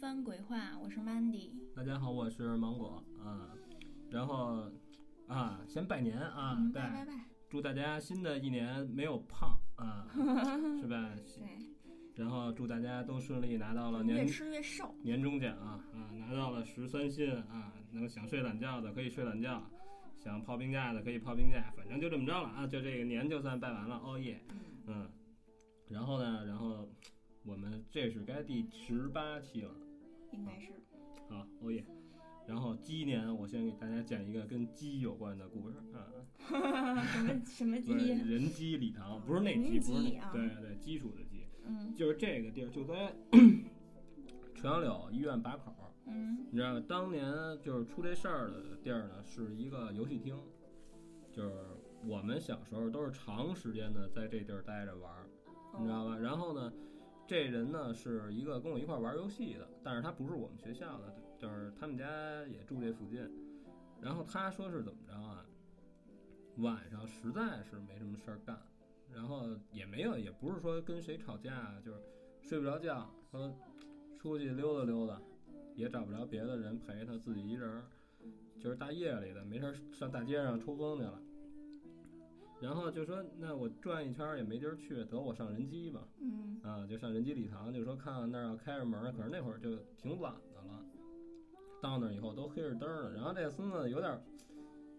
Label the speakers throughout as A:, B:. A: 番鬼话，我是 Mandy。
B: 大家好，我是芒果，嗯，然后啊，先拜年啊，
A: 嗯，
B: 对，
A: 拜拜拜。
B: 祝大家新的一年没有胖 啊，是吧？
A: 对，
B: 然后祝大家都顺利拿到了
A: 越
B: 年
A: 吃越瘦。
B: 年终奖啊啊，拿到了十三薪啊，能想睡懒觉的可以睡懒觉，想泡冰架的可以泡冰架，反正就这么着了啊，就这个年就算拜完了，哦耶，
A: 嗯，
B: 嗯，然后呢，然后我们这是该第十八期了。
A: 应该是。
B: 好，欧啊哦耶。然后鸡年，我先给大家讲一个跟鸡有关的故事啊，
A: 什么什么
B: 不是
A: 鸡？
B: 人鸡礼堂，不是那鸡，
A: 人
B: 不是
A: 鸡
B: 那，
A: 啊
B: 对对，基础的鸡，
A: 嗯
B: 就是这个地儿就在 垂杨柳医院把口儿。
A: 嗯
B: 你知道，当年就是出这事儿的地儿呢，是一个游戏厅，就是我们小时候都是长时间的在这地儿待着玩儿，
A: 哦嗯
B: 你知道吧？然后呢，这人呢是一个跟我一块儿玩儿游戏的，但是他不是我们学校的，就是他们家也住这附近。然后他说是怎么着啊？晚上实在是没什么事儿干，然后也没有，也不是说跟谁吵架，就是睡不着觉，说出去溜达溜达，也找不着别的人陪他，自己一人儿，就是大夜里的没事儿上大街上抽风去了。然后就说，那我转一圈儿也没地儿去，得我上人机吧，
A: 嗯
B: 啊，就上人机礼堂，就说看看那儿要开着门儿，可是那会儿就挺晚的了，到那儿以后都黑着灯儿了。然后这孙子有点儿，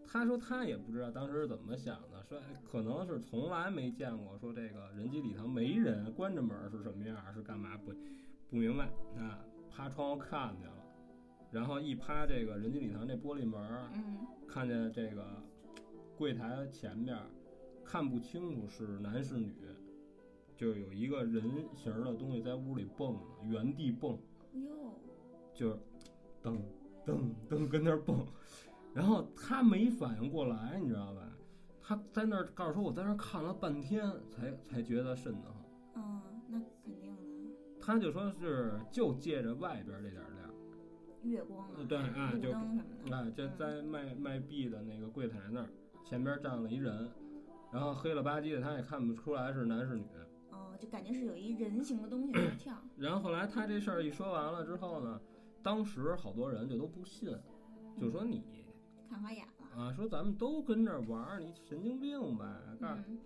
B: 他说他也不知道当时是怎么想的，说哎可能是从来没见过说这个人机礼堂没人，关着门儿是什么样儿，是干嘛不不明白啊，趴窗户看去了，然后一趴这个人机礼堂这玻璃门儿，啊
A: 嗯
B: 看见这个柜台前边儿看不清楚是男是女，就有一个人形儿的东西在屋里蹦呢，原地蹦，
A: 嗯哟，
B: 就是噔噔噔跟那儿蹦，然后他没反应过来，你知道吧？他在那儿告诉说，我在那儿看了半天才才觉得瘆得慌。
A: 嗯，那肯定的，
B: 他就说是就借着外边儿这点儿亮，
A: 月光啊，
B: 呃对啊
A: 路
B: 就
A: 灯什么的。
B: 啊，就在卖卖币的那个柜台那儿，前边站了一人，然后黑了吧唧的，他也看不出来是男是女。
A: 哦，就感觉是有一人形的东西在那跳。
B: 然后后来他这事儿一说完了之后呢，当时好多人就都不信，就说你
A: 看花眼了。
B: 啊，说咱们都跟这儿玩儿，你神经病吧？告诉
A: 嗯，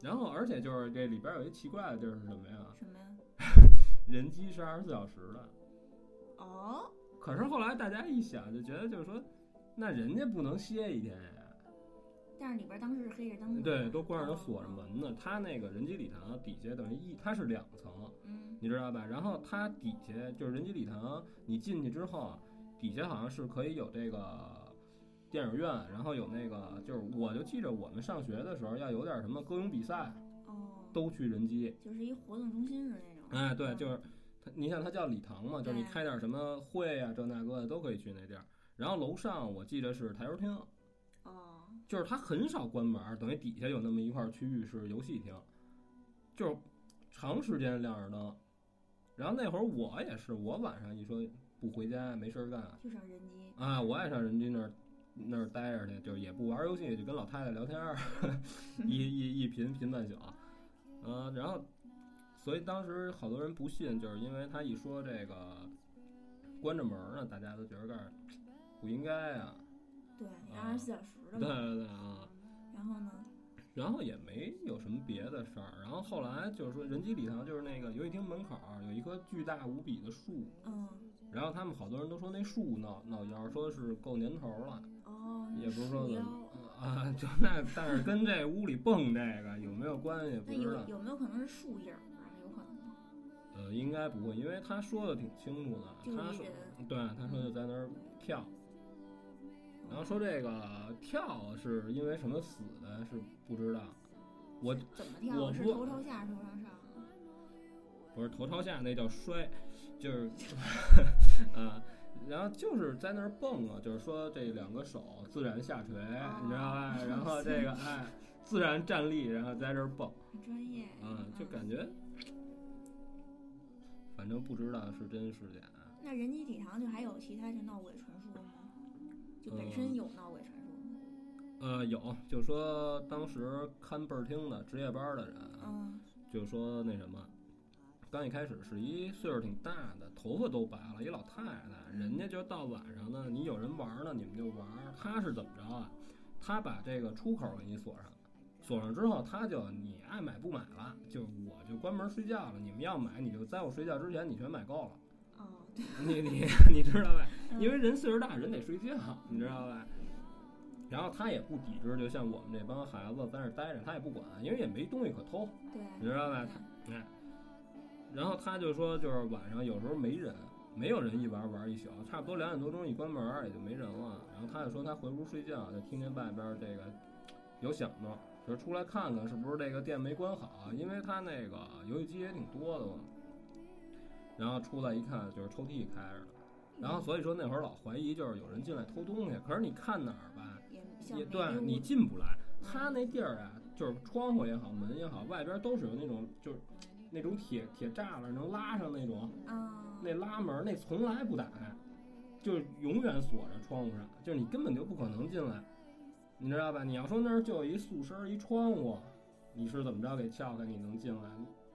B: 然后而且就是这里边有一奇怪的地儿是什么呀？
A: 什么呀？
B: 人机是二十四小时的，
A: 哦，
B: 可是后来大家一想就觉得就是说，那人家不能歇一天呀。
A: 但是里边当时是黑着灯的。
B: 对，都关着，
A: 哦
B: 都锁着。门呢。它那个人机礼堂底下等于一，它是两层，
A: 嗯
B: 你知道吧？然后它底下就是人机礼堂，你进去之后啊，底下好像是可以有这个电影院，然后有那个就是，我就记着我们上学的时候要有点什么歌咏比赛，
A: 哦，
B: 都去人机。
A: 就是一活动中心似的那种。
B: 哎，对，
A: 嗯
B: 就是它，你想它叫礼堂嘛，就是你
A: 对
B: 开点什么会啊，这那个的都可以去那地儿。然后楼上我记得是台球厅，
A: 哦，
B: 就是它很少关门儿，等于底下有那么一块区域是游戏厅，就是长时间亮着灯。然后那会儿我也是，我晚上一说不回家没事儿干
A: 就上人机。
B: 啊，我爱上人家那儿那儿待着去，就是也不玩儿游戏，就跟老太太聊天儿， 一一一贫贫半宿，嗯、然后所以当时好多人不信，就是因为他一说这个关着门儿呢，大家都觉得这儿不应该啊，
A: 对，
B: 啊
A: 二十四小时的
B: 对
A: 嘛。
B: 对对啊。
A: 然后呢？
B: 然后也没有什么别的事儿。然后后来就是说，人机礼堂就是那个游戏厅门口儿有一棵巨大无比的树，
A: 嗯，
B: 然后他们好多人都说那树闹闹妖，说是够年头了，
A: 哦，
B: 也不是说
A: 树
B: 怎
A: 妖。
B: 么啊， 就那但是跟这屋里蹦这个有没有关系不
A: 那
B: 知
A: 有
B: 道，
A: 有没有可能是树影儿啊？有可能吗？
B: 呃，应该不会，因为他说的挺清楚
A: 就
B: 的，
A: 是
B: 他
A: 一
B: 说
A: 人
B: 对，他说就在那儿跳。然后说这个跳是因为什么死的，是不知道。我
A: 怎么跳
B: 我
A: 啊？是
B: 不
A: 头朝下，头朝上啊？
B: 不是头朝下那叫摔，就是 啊，然后就是在那儿蹦啊，就是说这两个手自然下垂，你知道吧？然后这个哎自然站立，然后在这儿蹦，
A: 很专业。嗯
B: 啊，就感觉反正不知道是真是假。
A: 那人机体堂就还有其他就闹鬼传说吗？就本
B: 嗯
A: 身有闹鬼传说吗？
B: 呃，有就说当时看倍儿厅的值夜班的人，啊
A: 嗯，
B: 就说那什么，刚一开始是一岁数挺大的，头发都白了，一老太太，人家就到晚上呢，你有人玩儿呢，你们就玩儿。她是怎么着啊？她把这个出口给你锁上了，锁上之后，她就你爱买不买了，就我就关门睡觉了。你们要买，你就在我睡觉之前你全买够了。
A: 哦，对，
B: 你你你知道吧？
A: 嗯
B: 因为人岁数大，人得睡觉，你知道吧？然后他也不抵制，就像我们这帮孩子在那儿待着，他也不管，因为也没东西可偷，
A: 对，
B: 你知道吧？
A: 对
B: 哎，然后他就说，就是晚上有时候没人，没有人一玩玩一宿，差不多两点多钟一关门儿也就没人了。然后他就说他回屋睡觉，就听见外边儿这个有响动，就是出来看看是不是这个店没关好，啊因为他那个游戏机也挺多的嘛。然后出来一看，就是抽屉开着的。然后所以说那会儿老怀疑就是有人进来偷东西，可是你看哪儿吧，
A: 嗯也像
B: 也
A: 没嗯
B: 对
A: 溜
B: 你进不来。他那地儿啊，就是窗户也好，门也好，外边都是有那种就是那种铁铁栅栏能拉上那种，
A: 啊，
B: 那拉门那从来不打开，就是永远锁着窗户上，就是你根本就不可能进来，你知道吧？你要说那儿就有一宿舍一窗户，你是怎么着给撬开你能进来？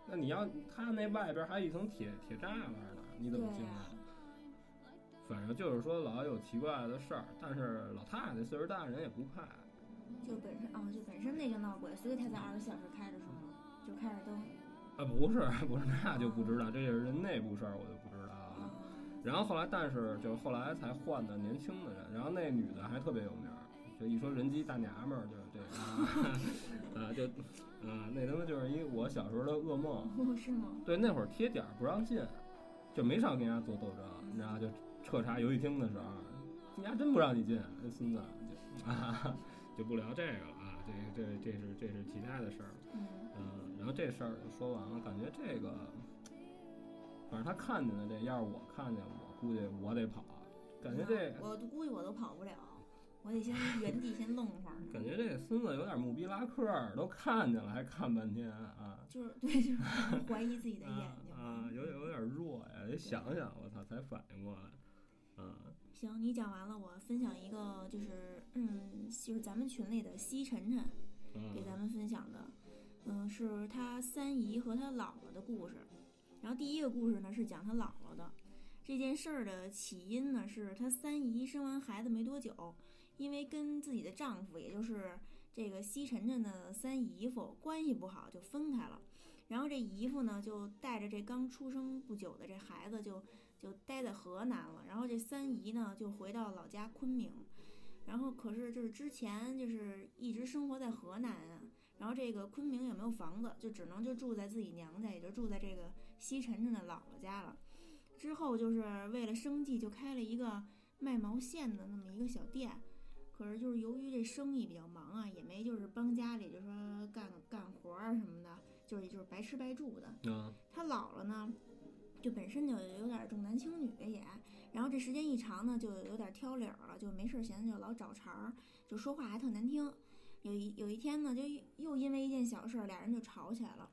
B: 那你要他那外边还有一层铁铁栅栏呢，你怎么进来？反正就是说老有奇怪的事儿，但是老太太岁数大人也不怕，
A: 就本身啊，就本身那就闹鬼，所以他才二十四小时开着是
B: 嗯
A: 吗？就开着灯
B: 啊，不是不是，那就不知道，这就是人内部事儿，我就不知道了。
A: 啊，
B: 然后后来，但是就是后来才换的年轻的人，然后那女的还特别有名儿，就一说人机大娘们儿，就是这个啊，啊 就啊，那他妈就是一我小时候的噩梦。
A: 哦 是吗？
B: 对，那会儿贴点儿不让进，就没少跟人家做斗争，你知道，就彻查游戏厅的时候，人家真不让你进，那孙子就啊， 就不聊这个了啊，这个这这是这是其他的事儿。
A: 嗯
B: 嗯，然后这事儿就说完了，感觉这个，反正他看见的这，要是我看见，我估计我得跑。感觉这，
A: 嗯我都估计我都跑不了，我得 先原地先愣会儿呢。
B: 感觉这孙子有点目逼拉客儿，都看见了还看半天啊
A: 就是对，就是 怀疑自己的
B: 啊
A: 眼睛
B: 啊，有点有点弱呀，得想想，我操，才反应过来，啊，
A: 行，你讲完了，我分享一个，就是嗯，就是咱们群里的西晨晨给
B: 嗯
A: 咱们分享的，嗯，是他三姨和他姥姥的故事。然后第一个故事呢是讲他姥姥的这件事儿的起因呢是他三姨生完孩子没多久，因为跟自己的丈夫，也就是这个西晨晨的三姨夫关系不好，就分开了。然后这姨夫呢就带着这刚出生不久的这孩子就就待在河南了。然后这三姨呢就回到老家昆明。然后可是就是之前就是一直生活在河南啊，然后这个昆明也没有房子，就只能就住在自己娘家，也就住在这个西晨晨的姥姥家了。之后就是为了生计，就开了一个卖毛线的那么一个小店。可是就是由于这生意比较忙啊，也没就是帮家里就说干干活儿啊什么的，就是就是白吃白住的。
B: 啊
A: 他姥姥呢，就本身就有点重男轻女也，然后这时间一长呢，就有点挑理儿了，就没事儿闲的就老找茬儿，就说话还特难听。有一有一天呢，就又又因为一件小事儿，俩人就吵起来了。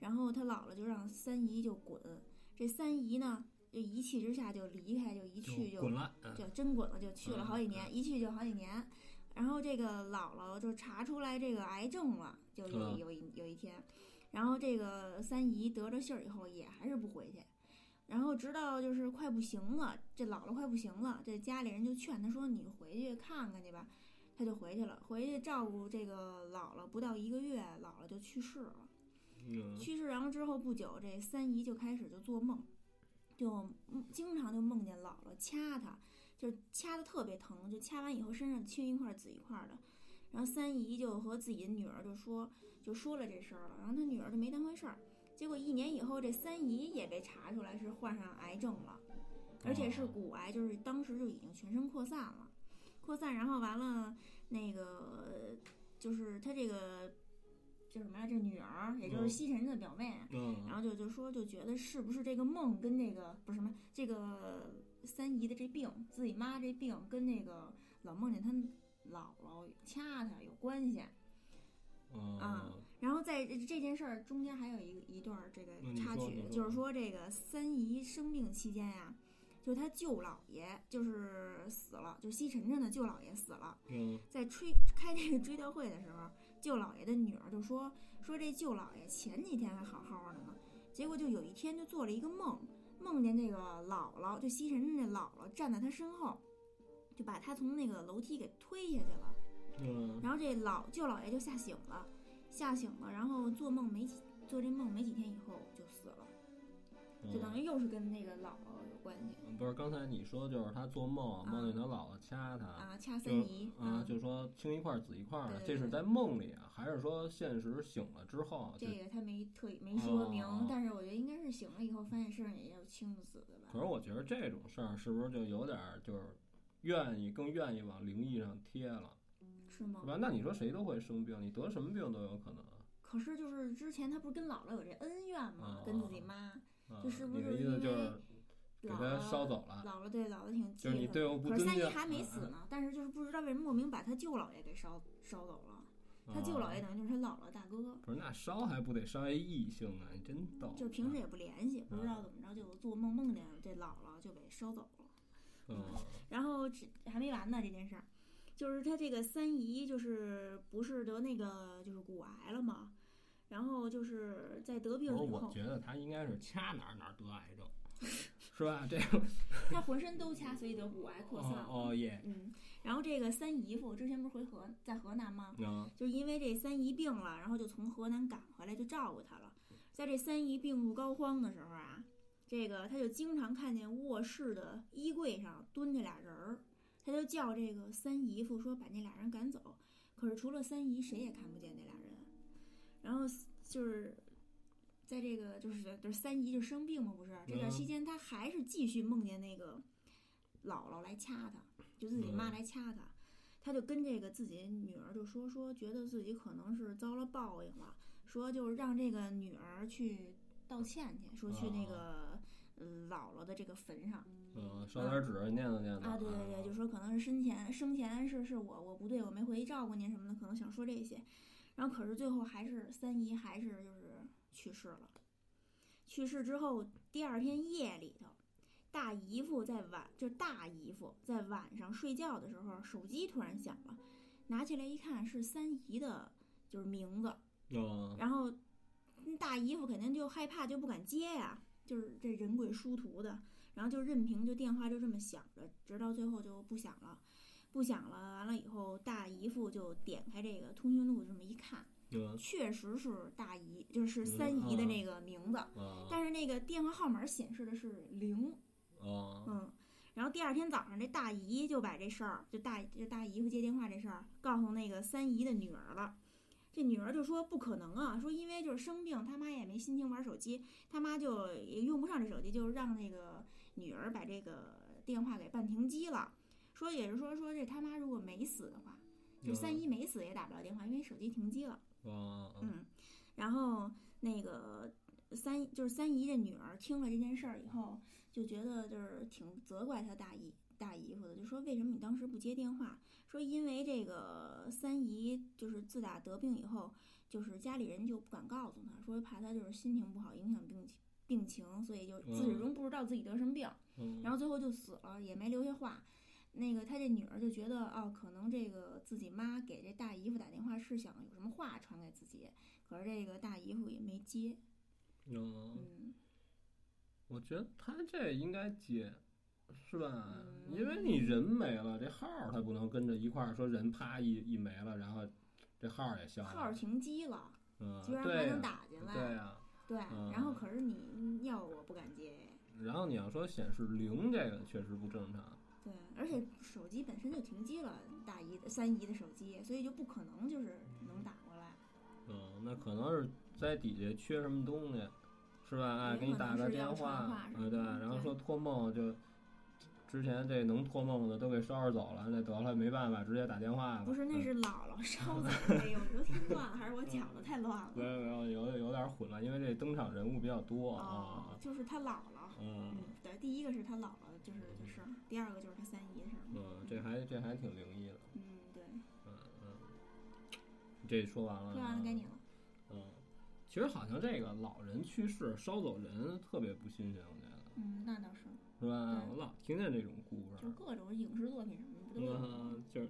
A: 然后他姥姥就让三姨就滚，这三姨呢就一气之下就离开，就一去就
B: 滚了，嗯
A: 就真滚了，就去了好几年，一去就好几年。然后这个姥姥就查出来这个癌症了，就有
B: 嗯
A: 有一有一天，然后这个三姨得着信儿以后也还是不回去，然后直到就是快不行了，这姥姥快不行了，这家里人就劝她说：“你回去看看去吧。”她就回去了，回去照顾这个姥姥不到一个月，姥姥就去世了。
B: 嗯
A: 去世，然后之后不久，这三姨就开始就做梦，就嗯经常就梦见姥姥掐她，就是掐的特别疼，就掐完以后身上青一块紫一块的。然后三姨就和自己的女儿就说，就说了这事儿了，然后她女儿就没当回事儿。结果一年以后，这三姨也被查出来是患上癌症了，而且是
B: 哦
A: 骨癌，就是当时就已经全身扩散了，扩散，然后完了那个就是她这个叫什么呀？这女儿，也就是
B: 嗯
A: 西晨的表妹，然
B: 嗯
A: 后就就说就觉得是不是这个梦跟这个不是什么这个三姨的这病，自己妈这病跟那个老梦见她姥姥掐她有关系。
B: 嗯
A: 啊，然后在这这件事儿中间还有一一段儿这个
B: 那你
A: 插
B: 说
A: 曲
B: 你，说
A: 就是说这个三姨生病期间呀、就是她舅姥爷就是死了，就是西晨晨的舅姥爷死了。
B: 嗯
A: 在追 开这个追悼会的时候，舅姥爷的女儿就说说这舅姥爷前几天还好好的呢，结果就有一天就做了一个梦，梦见这个姥姥，就西神的那姥姥站在他身后，就把他从那个楼梯给推下去了。
B: 嗯
A: 然后这老舅老爷就吓醒了，吓醒了，然后做梦没几做这梦没几天以后就死了，就等
B: 嗯，
A: 于又是跟那个姥姥有关系
B: 不是刚才你说就是他做梦，梦见他姥姥掐他，
A: 啊，掐
B: 就
A: 三姨
B: 啊，就说青一块儿紫一块儿的，
A: 对
B: 这
A: 对
B: 是
A: 对
B: 在梦里啊，还是说现实醒了之后啊？就
A: 这个他没特意没说明，
B: 哦
A: 但是我觉得应该是醒了以后发现事儿也要清死的吧
B: 可。是我觉得这种事儿是不是就有点儿就是愿意更愿意往灵异上贴了，
A: 是
B: 是
A: 吗？
B: 吧？那你说谁都会生病，你得什么病都有可能啊。
A: 可是就是之前他不是跟姥姥有这恩怨吗？
B: 哦
A: 跟自己妈，
B: 啊
A: 就是不
B: 你的
A: 是
B: 意思
A: 因
B: 就
A: 为
B: 是给
A: 姥
B: 他烧
A: 姥
B: 走了，
A: 姥姥对姥姥挺记
B: 就是你
A: 恨。
B: 对我不
A: 可
B: 尊
A: 是
B: 敬。
A: 三姨还没死
B: 嗯，
A: 呢，但是就是不知道为什么莫名把他舅姥爷给烧烧走了。
B: 嗯
A: 他舅姥。
B: 嗯
A: 爷等于就是他姥姥大哥，
B: 不是，那烧还不得烧一异性啊？你真逗。
A: 就是平时也不联系，不知道怎么着就做梦梦见这姥姥就被烧走了。
B: 嗯，
A: 然后这还没完呢，这件事儿，就是他这个三姨就是不是得那个就是骨癌了嘛，然后就是在得
B: 不
A: 病
B: 是，
A: 以
B: 哦我
A: 后，
B: 觉得他应该是掐哪儿哪儿得癌症，是吧？这个
A: 他浑身都掐，所以得骨癌扩散了。
B: 哦哦耶，
A: 嗯，然后这个三姨夫之前不是回河在河南吗？
B: 嗯
A: 就是因为这三姨病了，然后就从河南赶回来就照顾她了。在这三姨病入膏肓的时候啊，这个他就经常看见卧室的衣柜上蹲着俩人儿，他就叫这个三姨夫说把那俩人赶走。可是除了三姨，谁也看不见那俩人。然后就是在这个就是就是三姨就生病嘛，不是？这段
B: 嗯
A: 期间他还是继续梦见那个姥姥来掐他，就自己妈
B: 嗯
A: 来掐他。他就跟这个自己女儿就说说，觉得自己可能是遭了报应了，说就是让这个女儿去道歉去，说去那个呃姥姥的这个坟上
B: 嗯，烧点纸，念叨念叨
A: 啊，对对对，就说可能是生前生前是是我我不对，我没回去照顾您什么的，可能想说这些，然后可是最后还是三姨还是就是去世了，去世之后第二天夜里头。大姨夫在晚，就是大姨夫在晚上睡觉的时候，手机突然响了，拿起来一看是三姨的，就是名字，
B: 嗯，
A: 然后嗯大姨夫肯定就害怕，就不敢接呀，就是这人鬼殊途的，然后就任凭就电话就这么响着，直到最后就不响了，不响了，完了以后大姨夫就点开这个通讯录这么一看，
B: 嗯
A: 确实是大姨，就是
B: 嗯
A: 三姨的
B: 啊
A: 那个名字，
B: 嗯
A: 但是那个电话号码显示的是零，
B: 嗯
A: 嗯，然后第二天早上，这大姨就把这事儿，就大就大姨夫接电话这事儿，告诉那个三姨的女儿了。这女儿就说不可能啊，说因为就是生病，他妈也没心情玩手机，他妈就也用不上这手机，就让那个女儿把这个电话给办停机了。说也是说说这他妈如果没死的话，就三姨没死也打不了电话，因为手机停机了。
B: 嗯
A: 嗯，然后那个三就是三姨这女儿听了这件事儿以后，就觉得就是挺责怪她大姨大姨夫的，就说为什么你当时不接电话？说因为这个三姨就是自打得病以后，就是家里人就不敢告诉她，说怕她就是心情不好影响病情病情，所以就自始
B: 嗯
A: 终不知道自己得什么病。
B: 嗯，
A: 然后最后就死了，也没留下话。那个他这女儿就觉得，哦，可能这个自己妈给这大姨夫打电话是想有什么话传给自己，可是这个大姨夫也没接。
B: 嗯，
A: 嗯，
B: 我觉得他这应该接，是吧？
A: 嗯
B: 因为你人没了，这号儿他不能跟着一块儿说人啪一一没了，然后这号儿也消
A: 号儿
B: 了，
A: 停机了，
B: 嗯，
A: 居然还
B: 对呀
A: 能打进来。
B: 对呀。
A: 对
B: 嗯
A: 然后可是你要我不敢接。
B: 然后你要说显示零，这个确实不正常。
A: 对，而且手机本身就停机了，大姨的三姨的手机，所以就不可能就是能打过来。
B: 嗯，那可能是在底下缺什么东西，是吧？哎，
A: 也
B: 给你
A: 可能
B: 打个
A: 是
B: 电
A: 要
B: 话，
A: 传话
B: 啊
A: 什，么
B: 对，
A: 的
B: 然后
A: 对
B: 说托梦就，之前这能托梦的都给烧着走了，那得了没办法，直接打电话吧。
A: 不是，那
B: 嗯
A: 是姥姥 烧的。哎呦，我都听乱了，还是我讲的太乱
B: 没
A: 了？
B: 有没有有有点混乱，因为这登场人物比较多
A: 哦
B: 啊，。
A: 就是他姥姥。
B: 嗯
A: 嗯，对，第一个是他姥姥就是的事儿，第二个就是他三姨的事儿。
B: 嗯，这还这还挺灵异的。
A: 嗯，对，
B: 嗯嗯，这说完了。
A: 说完了该你。了。
B: 嗯，其实好像这个老人去世烧走人特别不新鲜，我觉得。
A: 嗯，那倒是，
B: 是吧？
A: 对
B: 我老听见这种故
A: 就
B: 事，
A: 各种影视作品什么的不都有吗？
B: 嗯，就是，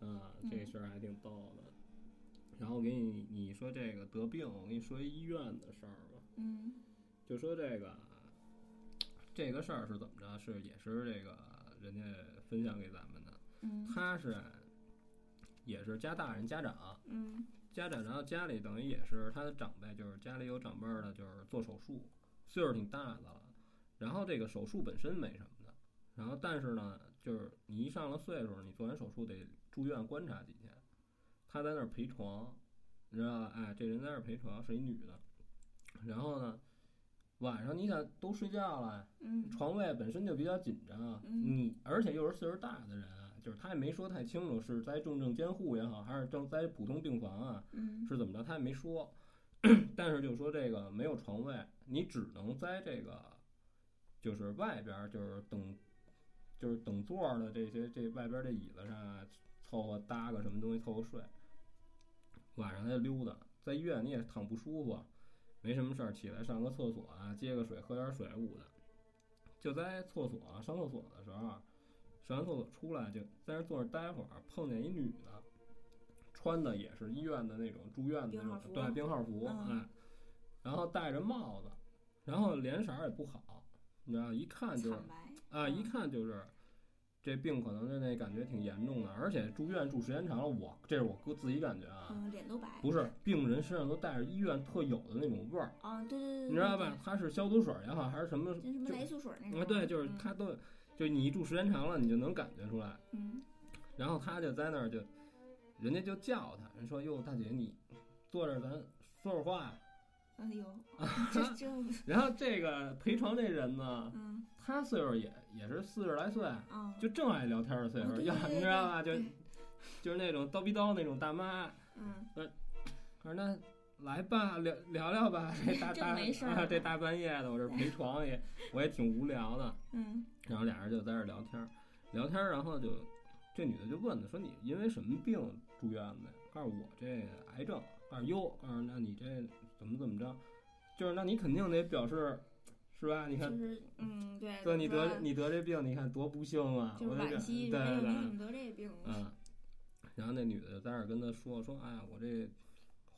B: 啊，这事儿还挺逗的。然后我给你你说这个得病，我跟你说一医院的事儿吧。
A: 嗯，
B: 就说这个这个事儿是怎么着？是也是这个人家分享给咱们的。
A: 嗯
B: 他是啊也是家大人家长，
A: 嗯
B: 家长然后家里等于也是他的长辈，就是家里有长辈儿的，就是做手术，岁数挺大的了。然后这个手术本身没什么的，然后但是呢，就是你一上了岁数，你做完手术得住院观察几天。他在那儿陪床，你知道吧？哎，这人在那儿陪床是一女的。然后呢，晚上你想都睡觉了，
A: 嗯
B: 床位本身就比较紧张，
A: 嗯
B: 你而且又是岁数大的人啊，就是他也没说太清楚是在重症监护也好，还是正在普通病房啊，
A: 嗯
B: 是怎么着，他也没说。 但是就说这个没有床位，你只能在这个就是外边儿就是等就是等座儿的这些这外边儿这椅子上啊凑合搭个什么东西凑合睡。晚上他就溜达，在医院你也躺不舒服，没什么事儿，起来上个厕所啊，接个水，喝点水捂的。就在厕所啊上厕所的时候啊，上完厕所出来就在那儿坐着待会儿，碰见一女的，穿的也是医院的那种住院的那
A: 病号
B: 种
A: 服
B: 对病号服，
A: 嗯
B: 哎，然后戴着帽子，然后脸色儿也不好，你知道，一看就是
A: 惨白，
B: 啊，
A: 嗯
B: 一看就是这病可能是那感觉挺严重的，而且住院住时间长了，我这是我哥自己感觉啊，
A: 嗯，脸都白，
B: 不是病人身上都带着医院特有的那种味儿，
A: 啊，对对对，对
B: 你知道吧？？它是消毒水也好，还是什么
A: 对就什么
B: 就
A: 来素水那种，
B: 啊？对，就是
A: 嗯，
B: 它都就你一住时间长了，你就能感觉出来。
A: 嗯
B: 然后他就在那儿就，人家就叫他，人说哟大姐你坐这儿咱说会话。
A: 哎 呦，这这，
B: 然后这个陪床这人呢，
A: 嗯
B: 他岁数也也是四十来岁，
A: 啊，
B: 就正爱聊天的岁
A: 哦
B: 数，
A: 对
B: 要
A: 对对
B: 你知道吧？就
A: 对
B: 就是那种叨逼叨那种大妈。
A: 嗯，
B: 我说那来吧，聊聊聊吧，这大
A: 正
B: 大
A: 没事儿
B: 啊
A: 呢
B: 这大半夜的，我这 陪床也我也挺无聊的。
A: 嗯
B: 然后俩人就在这儿聊天儿，聊天儿，然后就这女的就问他说：“你因为什么病住院的呀？”告诉我这癌症。告诉哟，告诉那你这怎么怎么着？就是那你肯定得表示是吧？你
A: 就
B: 看，
A: 是嗯，对，
B: 对，你
A: 怎么
B: 得
A: 说
B: 你得这病，你看多不幸啊！
A: 就是
B: 我就
A: 惋
B: 这
A: 惜，
B: 对
A: 没
B: 对
A: 有
B: 对
A: 你。怎么得这病？
B: 嗯，然后那女的就在那儿跟他说说，哎呀，我这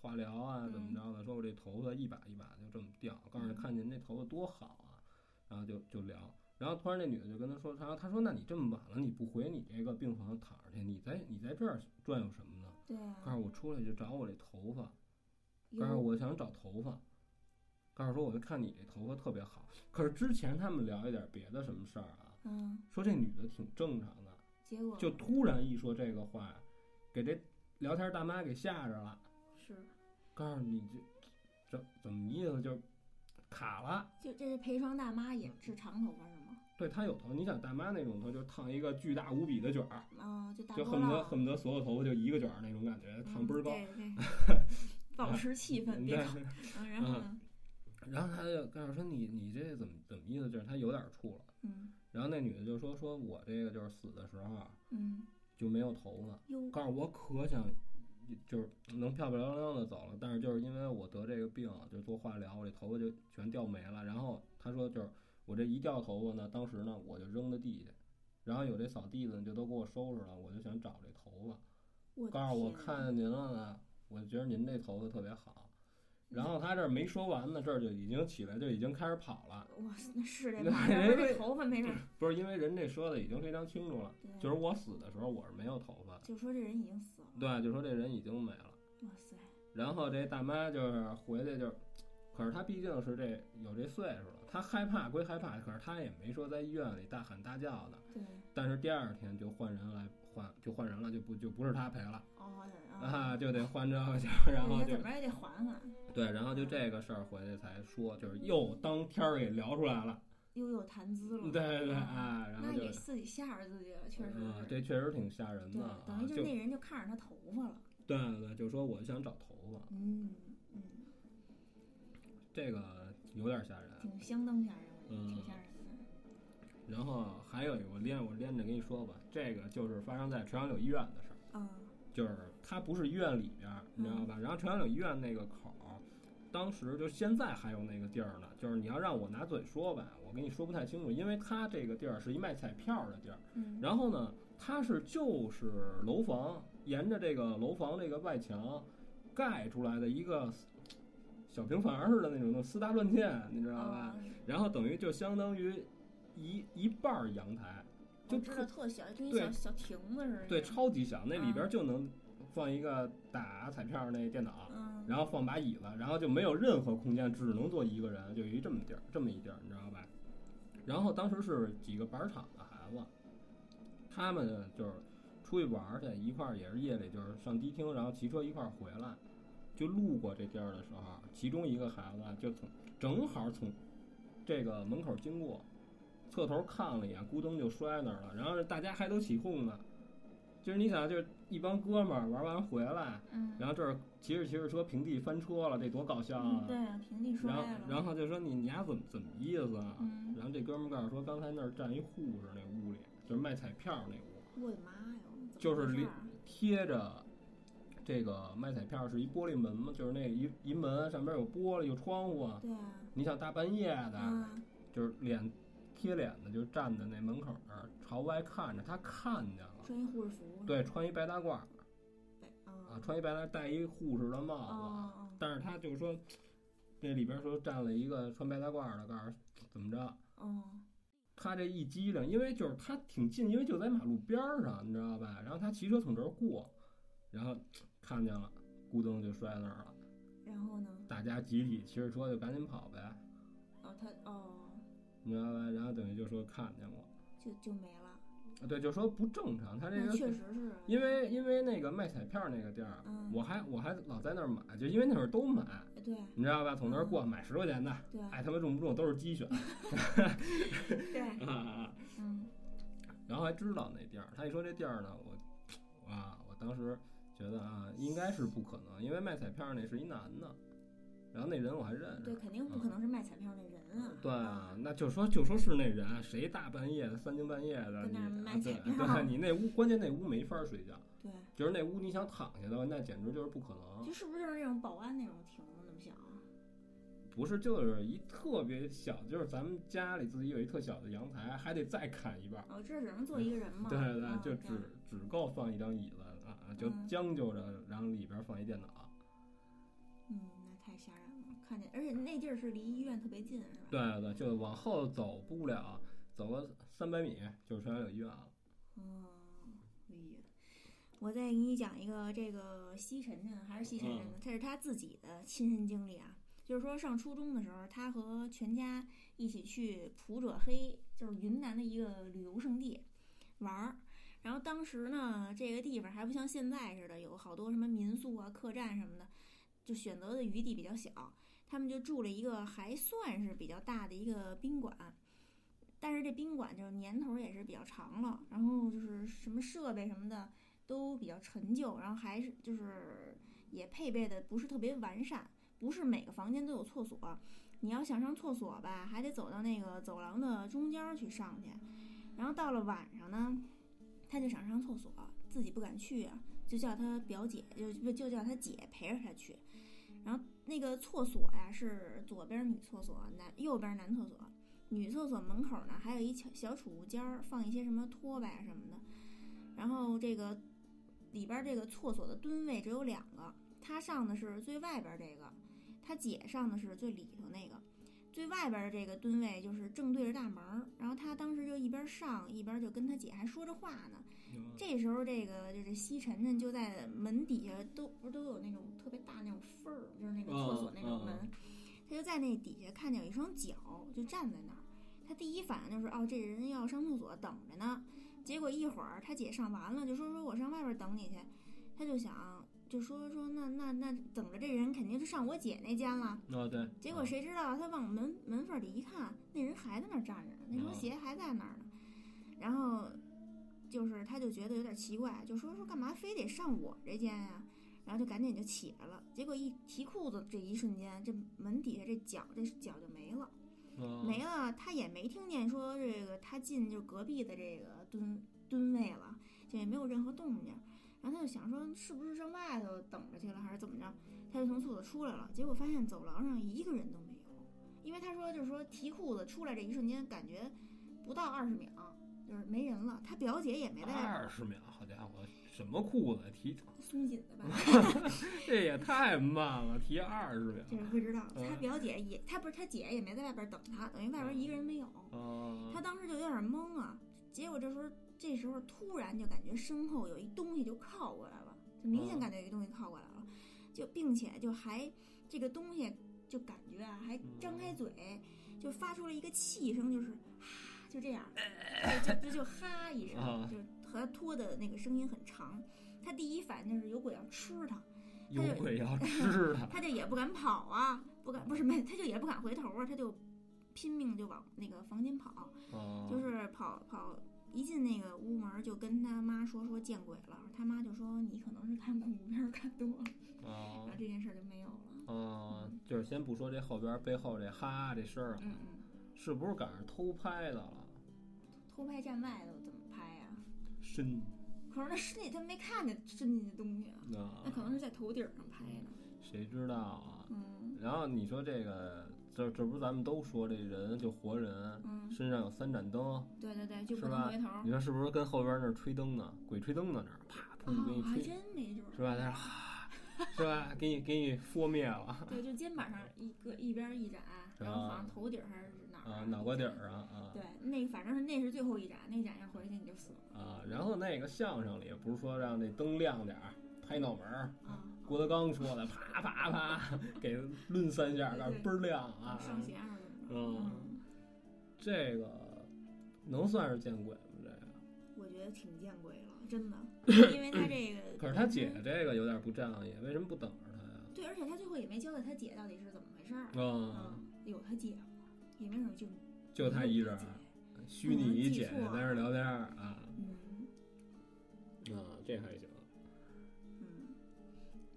B: 化疗啊，怎么着的？说我这头发一把一把就这么掉，告诉你
A: 嗯
B: 看您这头发多好啊，然后就就聊。然后突然那女的就跟他说，她她说那你这么晚了，你不回你这个病房躺着去，你在你在这儿转悠什么呢？
A: 对啊，
B: 告诉我出来就找我这头发，告诉
A: 有
B: 我想找头发，告诉说我就看你这头发特别好。可是之前他们聊一点别的什么事儿啊，
A: 嗯，
B: 说这女的挺正常的，
A: 结果
B: 就突然一说这个话，给这聊天大妈给吓着了，
A: 是，
B: 告诉你这怎怎么意思，就是卡了。
A: 就这是陪床大妈也是长头发是吗？
B: 对她有头，你想大妈那种头就是烫一个巨大无比的卷儿，
A: 啊，就大
B: 就
A: 波
B: 恨不得
A: 浪，
B: 恨不得所有头发就一个卷儿那种感觉，烫
A: 嗯
B: 倍儿高。
A: 对对， 保持气氛，
B: 嗯
A: 别
B: 对
A: 搞， 嗯，然后呢，
B: 然后她就告诉说你你这怎么怎么意思，就是她有点儿怵了。
A: 嗯
B: 然后那女的就说说我这个就是死的时候啊
A: 嗯，
B: 就没有头发，
A: 哟，
B: 告诉我可想，就是能漂漂亮亮的走了，但是就是因为我得这个病，啊就做化疗，我这头发就全掉没了。然后他说就是我这一掉头发呢，当时呢我就扔到地下，然后有这扫地的就都给我收拾了，我就想找这头发。
A: 我
B: 告诉我
A: 天
B: 看见您了呢，我觉得您这头发特别好。然后他这儿没说完呢，这儿就已经起来，就已经开始跑了。
A: 哇，那是 这
B: 那
A: 马上说
B: 人
A: 这
B: 家
A: 头发没事儿，
B: 不是因为人这说的已经非常清楚了，
A: 对
B: 就是我死的时候我是没有头发的，
A: 就说这人已经死了，
B: 对，就说这人已经没了。
A: 哇塞，
B: 然后这大妈就是回去就是，可是她毕竟是这有这岁数了，她害怕归害怕，可是她也没说在医院里大喊大叫的。
A: 对，
B: 但是第二天就换人来换，就换人了，就不就不是她陪了
A: 哦，
B: 啊，
A: 对，
B: 就得换这个去，然后
A: 人家
B: 就
A: 怎么着也得缓缓，
B: 对，然后就这个事儿回去才说，就是又当天儿给聊出来了，
A: 又有谈资
B: 嗯对
A: 了，
B: 对对啊，然
A: 嗯
B: 后
A: 哦那
B: 就
A: 也自己吓着自己了，确实
B: 啊
A: 是，
B: 这确实挺吓人
A: 对
B: 的，啊，
A: 等于
B: 就
A: 就那人就看着他头发了，
B: 对对对，就说我想找头发，
A: 嗯嗯，
B: 这个有点吓人。
A: 挺相当吓人，我觉得挺
B: 嗯
A: 吓人的，
B: 然后还有一个，我连我连着跟你说吧，这个就是发生在垂杨柳医院的事儿，
A: 嗯
B: 就是它不是医院里边儿，你知道吧？然后垂杨柳医院那个口儿，当时就现在还有那个地儿呢，就是你要让我拿嘴说吧，我跟你说不太清楚，因为它这个地儿是一卖彩票的地儿，
A: 嗯，
B: 然后呢，它是就是楼房沿着这个楼房这个外墙盖出来的一个小平房似的那种，那种私搭乱建，你知道吧？
A: 啊，
B: 然后等于就相当于一一半儿阳台，就
A: 我知道
B: 特
A: 特小，就跟
B: 对
A: 小小亭子似的。
B: 对，，超级小，那里边就能放一个打彩票那电脑，
A: 嗯，
B: 然后放把椅子，然后就没有任何空间，只能坐一个人，就有一这么地儿，这么一地儿，你知道吧？然后当时是几个板儿厂的孩子，他们呢就是出去玩儿去，一块儿也是夜里就是上迪厅，然后骑车一块儿回来，就路过这地儿的时候，其中一个孩子就从正好从这个门口经过，侧头看了一眼，咕噔就摔那儿了，然后大家还都起哄呢。就是你想，就是一帮哥们儿玩完回来，
A: 嗯，
B: 然后这儿骑着骑着车平地翻车了，这多搞笑
A: 嗯
B: 啊！
A: 对啊，平地摔
B: 然后
A: 了。
B: 然后就说你你丫怎么怎么意思啊？
A: 嗯，
B: 然后这哥们儿告诉说，刚才那儿站一护士，那屋里就是卖彩票那屋，
A: 我的妈呀！怎么
B: 就是
A: 回事
B: 离
A: 儿
B: 贴着这个卖彩票是一玻璃门嘛，就是那一一门上边有玻璃有窗户啊。
A: 对啊，
B: 你想大半夜的，
A: 嗯，
B: 就是脸贴脸的就站在那门口那儿朝外看着，他看见了，
A: 穿一护士服。
B: 对，穿一白大褂儿
A: 对
B: 啊
A: 啊，，
B: 穿一白大戴一护士的帽
A: 哦
B: 子啊。
A: 哦
B: 但是他就是说，这里边说站了一个穿白大褂儿的，告诉怎么着，
A: 哦，
B: 他这一激灵，因为就是他挺近，因为就在马路边儿上，你知道吧？然后他骑车从这儿过，然后看见了，咕噔就摔那儿了，
A: 然后呢？
B: 大家集体骑着车就赶紧跑呗，
A: 哦，他哦，
B: 你知道吧？然后等于就说看见我，
A: 就就没了。
B: 啊对，就说不正常，他这
A: 那确
B: 人。
A: 实是啊，
B: 因为因为那个卖彩票那个地儿，
A: 嗯
B: 我还我还老在那儿买，就因为那会儿都买，
A: 对
B: 你知道吧？从那儿过买十块钱的，
A: 对
B: 爱他妈中不中都是鸡选。
A: 对，
B: 啊
A: 嗯
B: 然后还知道那地儿。他一说这地儿呢，我啊，我当时觉得啊，应该是不可能，因为卖彩票那是一男的，然后那人我还认
A: 对，
B: 识。
A: 肯定不可能是卖彩票那人啊。
B: 对啊，那就说就说是那人，谁大半夜的三更半夜的，
A: 跟
B: 你
A: 那儿卖
B: 啊对
A: 彩票
B: 对，你那屋关键那屋没法睡觉，
A: 对，
B: 就是那屋你想躺下的话，那简直就是不可能。
A: 就是不是就是那种保安那种亭子那么小啊？
B: 不是，就是一特别小，就是咱们家里自己有一特小的阳台，还得再砍一半儿。
A: 哦，这只能坐一个人嘛。
B: 对
A: 啊
B: 对，就只
A: 对
B: 只够放一张椅子啊，啊就
A: 嗯
B: 将就着，然后里边放一电脑。
A: 嗯，那太吓人了，看见，而且那地儿是离医院特别近，是吧？
B: 对啊对，就往后走不了，走个三百米就全有医院了。
A: 嗯，哎呀，我再给你讲一个这个西晨晨还是西晨晨的，这是他自己的亲身经历啊。就是说上初中的时候，他和全家一起去普者黑，就是云南的一个旅游胜地玩儿。然后当时呢，这个地方还不像现在似的有好多什么民宿啊、客栈什么的，就选择的余地比较小。他们就住了一个还算是比较大的一个宾馆，但是这宾馆就是年头儿也是比较长了，然后就是什么设备什么的都比较陈旧，然后还是就是也配备的不是特别完善，不是每个房间都有厕所。你要想上厕所吧，还得走到那个走廊的中间儿去上去。然后到了晚上呢，他就想上厕所，自己不敢去啊，就叫他表姐，就不就叫他姐陪着他去。然后那个厕所呀、是左边儿女厕所，男右边儿男厕所。女厕所门口呢，还有一小小储物间儿，放一些什么拖把什么的。然后这个里边儿这个厕所的蹲位只有两个，他上的是最外边儿这个，他姐上的是最里头那个。最外边儿的这个蹲位就是正对着大门儿，然后他当时就一边上一边就跟他姐还说着话呢。
B: 嗯
A: 这时候，这个就是西晨晨就在门底下都不是都有那种特别大那种缝儿，就是那个厕所那种门，
B: 嗯
A: 他就在那底下看见有一双脚就站在那儿。他第一反应就是哦，这人要上厕所，等着呢。结果一会儿他姐上完了，就说说我上外边等你去。他就想，就说说那那那等着这人肯定就上我姐那间了。
B: 啊、对，
A: 结果谁知道他往门门缝儿里一看，那人还在那儿站着，那双
B: 嗯
A: 鞋还在那儿呢。然后就是他就觉得有点奇怪，就说说干嘛非得上我这间呀、然后就赶紧就起来了。结果一提裤子这一瞬间，这门底下这脚这脚就没了，
B: 啊
A: 没了。他也没听见说这个他进就隔壁的这个蹲蹲位了，就也没有任何动静。然后他就想说，是不是上外头等着去了，还是怎么着？他就从厕所出来了，结果发现走廊上一个人都没有，因为他说就是说提裤子出来这一瞬间，感觉不到二十秒，就是没人了。他表姐也没在，
B: 啊二十秒，好家伙，什么裤子提
A: 松紧的吧？
B: 这也太慢了，提二十
A: 这
B: 秒
A: 是不知道。
B: 嗯
A: 他表姐也，他不是他姐也没在外边等他，等于外边一个人没有。他
B: 啊！
A: 当时就有点懵啊。结果这时候，这时候突然就感觉身后有一东西就靠过来了，就明显
B: 嗯
A: 感觉有一东西靠过来了，就并且就还这个东西就感觉啊还张开嘴，就发出了一个气声，就是哈，就这样，就 就就哈一声，
B: 啊
A: 就和他拖的那个声音很长。他第一反应就是有鬼要吃他，
B: 有鬼要 吃了，
A: 他就也不敢跑啊，不敢不是没，他就也不敢回头啊，他就拼命就往那个房间跑。
B: 啊
A: 就是跑跑一进那个屋门儿就跟他妈说说见鬼了，他妈就说你可能是看恐怖片儿看多了，然
B: 啊
A: 后 这件事儿就没有了。
B: 啊！就是先不说这后边背后这哈这事儿啊，
A: 嗯嗯，
B: 是不是赶上偷拍的了？
A: 偷拍站外的我怎么拍呀、
B: 深
A: 可是那身体他没看见伸进去东西啊，
B: 啊
A: 那，可能是在头顶上拍的。
B: 谁知道啊？
A: 嗯
B: 然后你说这个，这这不是咱们都说这人就活人，
A: 嗯，
B: 身上有三盏灯，
A: 对对对，就是不能
B: 吧
A: 回头儿。
B: 你说是不是跟后边那儿吹灯呢？鬼吹灯呢那儿，啪，砰给
A: 哦，
B: 你
A: 还
B: 吹，
A: 真没准儿。
B: 是吧？在那儿哈，是吧？给你给你拂灭了
A: 对，就肩膀上一个一边儿一盏，然后好像
B: 啊
A: 头顶儿还是哪儿
B: 啊，
A: 啊
B: 脑瓜顶儿啊啊
A: 对，那反正是那是最后一盏，那盏要回去你就死了
B: 啊！然后那个相声里不是说让这灯亮点儿，拍脑门儿。
A: 啊。
B: 郭德纲说的，啪啪啪，给抡三下，
A: 对对
B: 倍儿亮啊！
A: 上弦还是怎么着？
B: 嗯
A: 嗯
B: 这个能算是见鬼吗？这个？
A: 我觉得挺见鬼了，真的，因为他这个，嗯
B: 可是他姐这个有点不仗义，为什么不等着他呀？
A: 对，而且他最后也没交代他姐到底是怎么回事儿，
B: 啊，
A: 嗯，有他姐吗？也没准就
B: 就他一人儿，虚拟一姐姐在那儿聊天儿啊
A: 嗯
B: 啊，这还行
A: 嗯，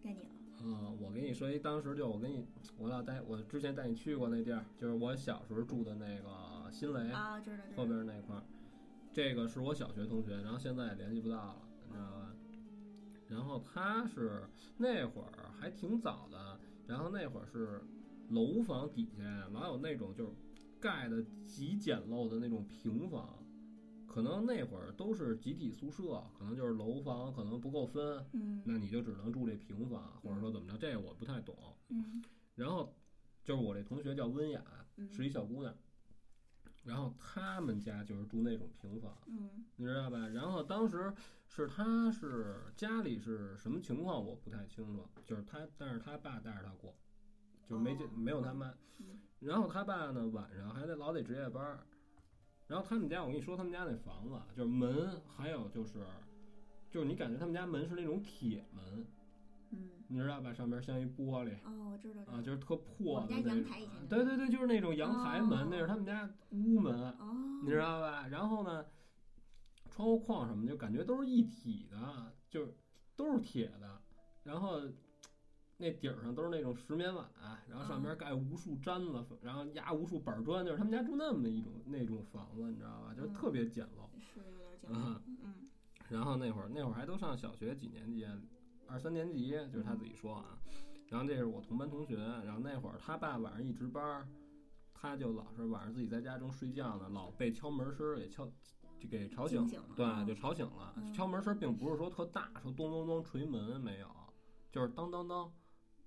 A: 该你了，
B: 啊。我跟你说一，当时就我跟你，我老带我之前带你去过那地儿，就是我小时候住的那个新雷
A: 啊，知道知道，
B: 哎后边那块儿，这个是我小学同学，然后现在也联系不到了，你知道吧？然后他是那会儿还挺早的，然后那会儿是楼房底下老有那种就是盖的极简陋的那种平房，可能那会儿都是集体宿舍，可能就是楼房可能不够分，
A: 嗯
B: 那你就只能住这平房，或者说怎么着，这个我不太懂。
A: 嗯
B: 然后就是我这同学叫温雅，
A: 嗯
B: 是一小姑娘。然后他们家就是住那种平房，
A: 嗯
B: 你知道吧？然后当时是她是家里是什么情况，我不太清楚。就是她，但是她爸带着她过，就是没、
A: 哦
B: 没有她妈
A: 嗯。
B: 然后她爸呢，晚上还得老得值夜班儿。然后他们家，我跟你说，他们家那房子啊就是门，还有就是，就是你感觉他们家门是那种铁门，
A: 嗯，
B: 你知道吧？上面像一玻璃，
A: 哦，我知道知
B: 啊，
A: 道，
B: 就是特
A: 我
B: 破
A: 们
B: 的
A: 家
B: 那
A: 阳
B: 种啊
A: 台以前就
B: 对对对，就是那种阳台门，
A: 哦
B: 那是他们家屋门，
A: 哦，
B: 你知啊道吧？然后呢，窗户框什么就感觉都是一体的，就是都是铁的，然后那顶儿上都是那种石棉瓦，然后上
A: 哦
B: 边盖无数毡子，然后压无数板砖，就是他们家住那么一种那种房子，你知道吧？
A: 嗯
B: 就是特别简陋。
A: 是有点讲究，
B: 啊
A: 嗯
B: 然后那会儿那会儿还都上小学几年级啊，二三年级，就是他自己说啊。然后这是我同班同学，然后那会儿他爸晚上一值班儿，他就老是晚上自己在家正睡觉呢，老被敲门声儿给敲就给吵醒
A: 惊醒了
B: 对，啊就吵醒了。
A: 嗯
B: 敲门声儿并不是说特大，说咚咚咚捶门没有，就是当当当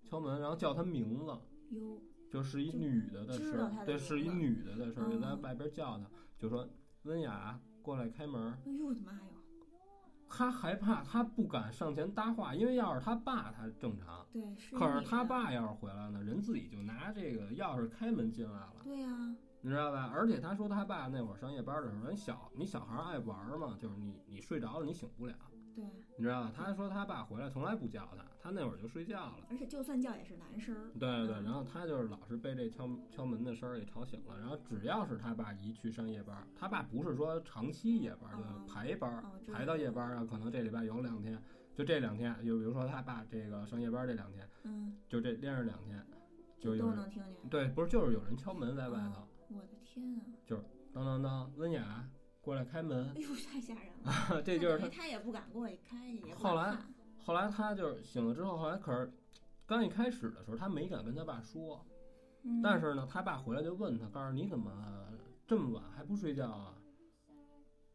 B: 敲门，然后叫他名字，
A: 哟，
B: 就是一
A: 就
B: 女的的
A: 知
B: 事
A: 道
B: 儿
A: 她，的
B: 对，
A: 名
B: 是一
A: 字
B: 女的的事儿，就在
A: 嗯
B: 外边叫他，就说温雅过来开门儿。
A: 哎呦我的妈哟，
B: 他害怕，他不敢上前搭话，因为要是他爸，他正常。
A: 对，是
B: 可是
A: 你
B: 他
A: 的，
B: 爸要是回来呢，人自己就拿这个钥匙开门进来了，
A: 对啊呀，
B: 你知道吧？而且他说他爸那会儿上夜班的时候，人小你小孩儿爱玩儿嘛，就是你你睡着了你醒不了，
A: 对，啊
B: 你知道吧？他说他爸回来从来不叫他，他那会儿就睡觉了。
A: 而且就算叫也是男声儿，
B: 对对对，
A: 嗯
B: 然后他就是老是被这敲敲门的声儿给吵醒了。然后只要是他爸一去上夜班，他爸不是说长期夜班，就
A: 哦
B: 是排班儿
A: 哦，知道
B: 排到夜班啊，可能这礼拜有两天，就这两天，就比如说他爸这个上夜班这两天，
A: 嗯，
B: 就这连着两天，就有
A: 都
B: 人
A: 能听见，
B: 对，不是就是有人敲门在外头，
A: 我的天啊！
B: 当当当，温雅过来开门，
A: 哎呦，太吓人了！
B: 这就是
A: 那等
B: 他
A: 于他也不敢过去开，也不敢
B: 后来
A: 看
B: 后来他就是醒了之后，后来可是刚一开始的时候，他没敢跟他爸说，
A: 嗯、
B: 但是呢，他爸回来就问他，告诉你怎么这么晚还不睡觉啊？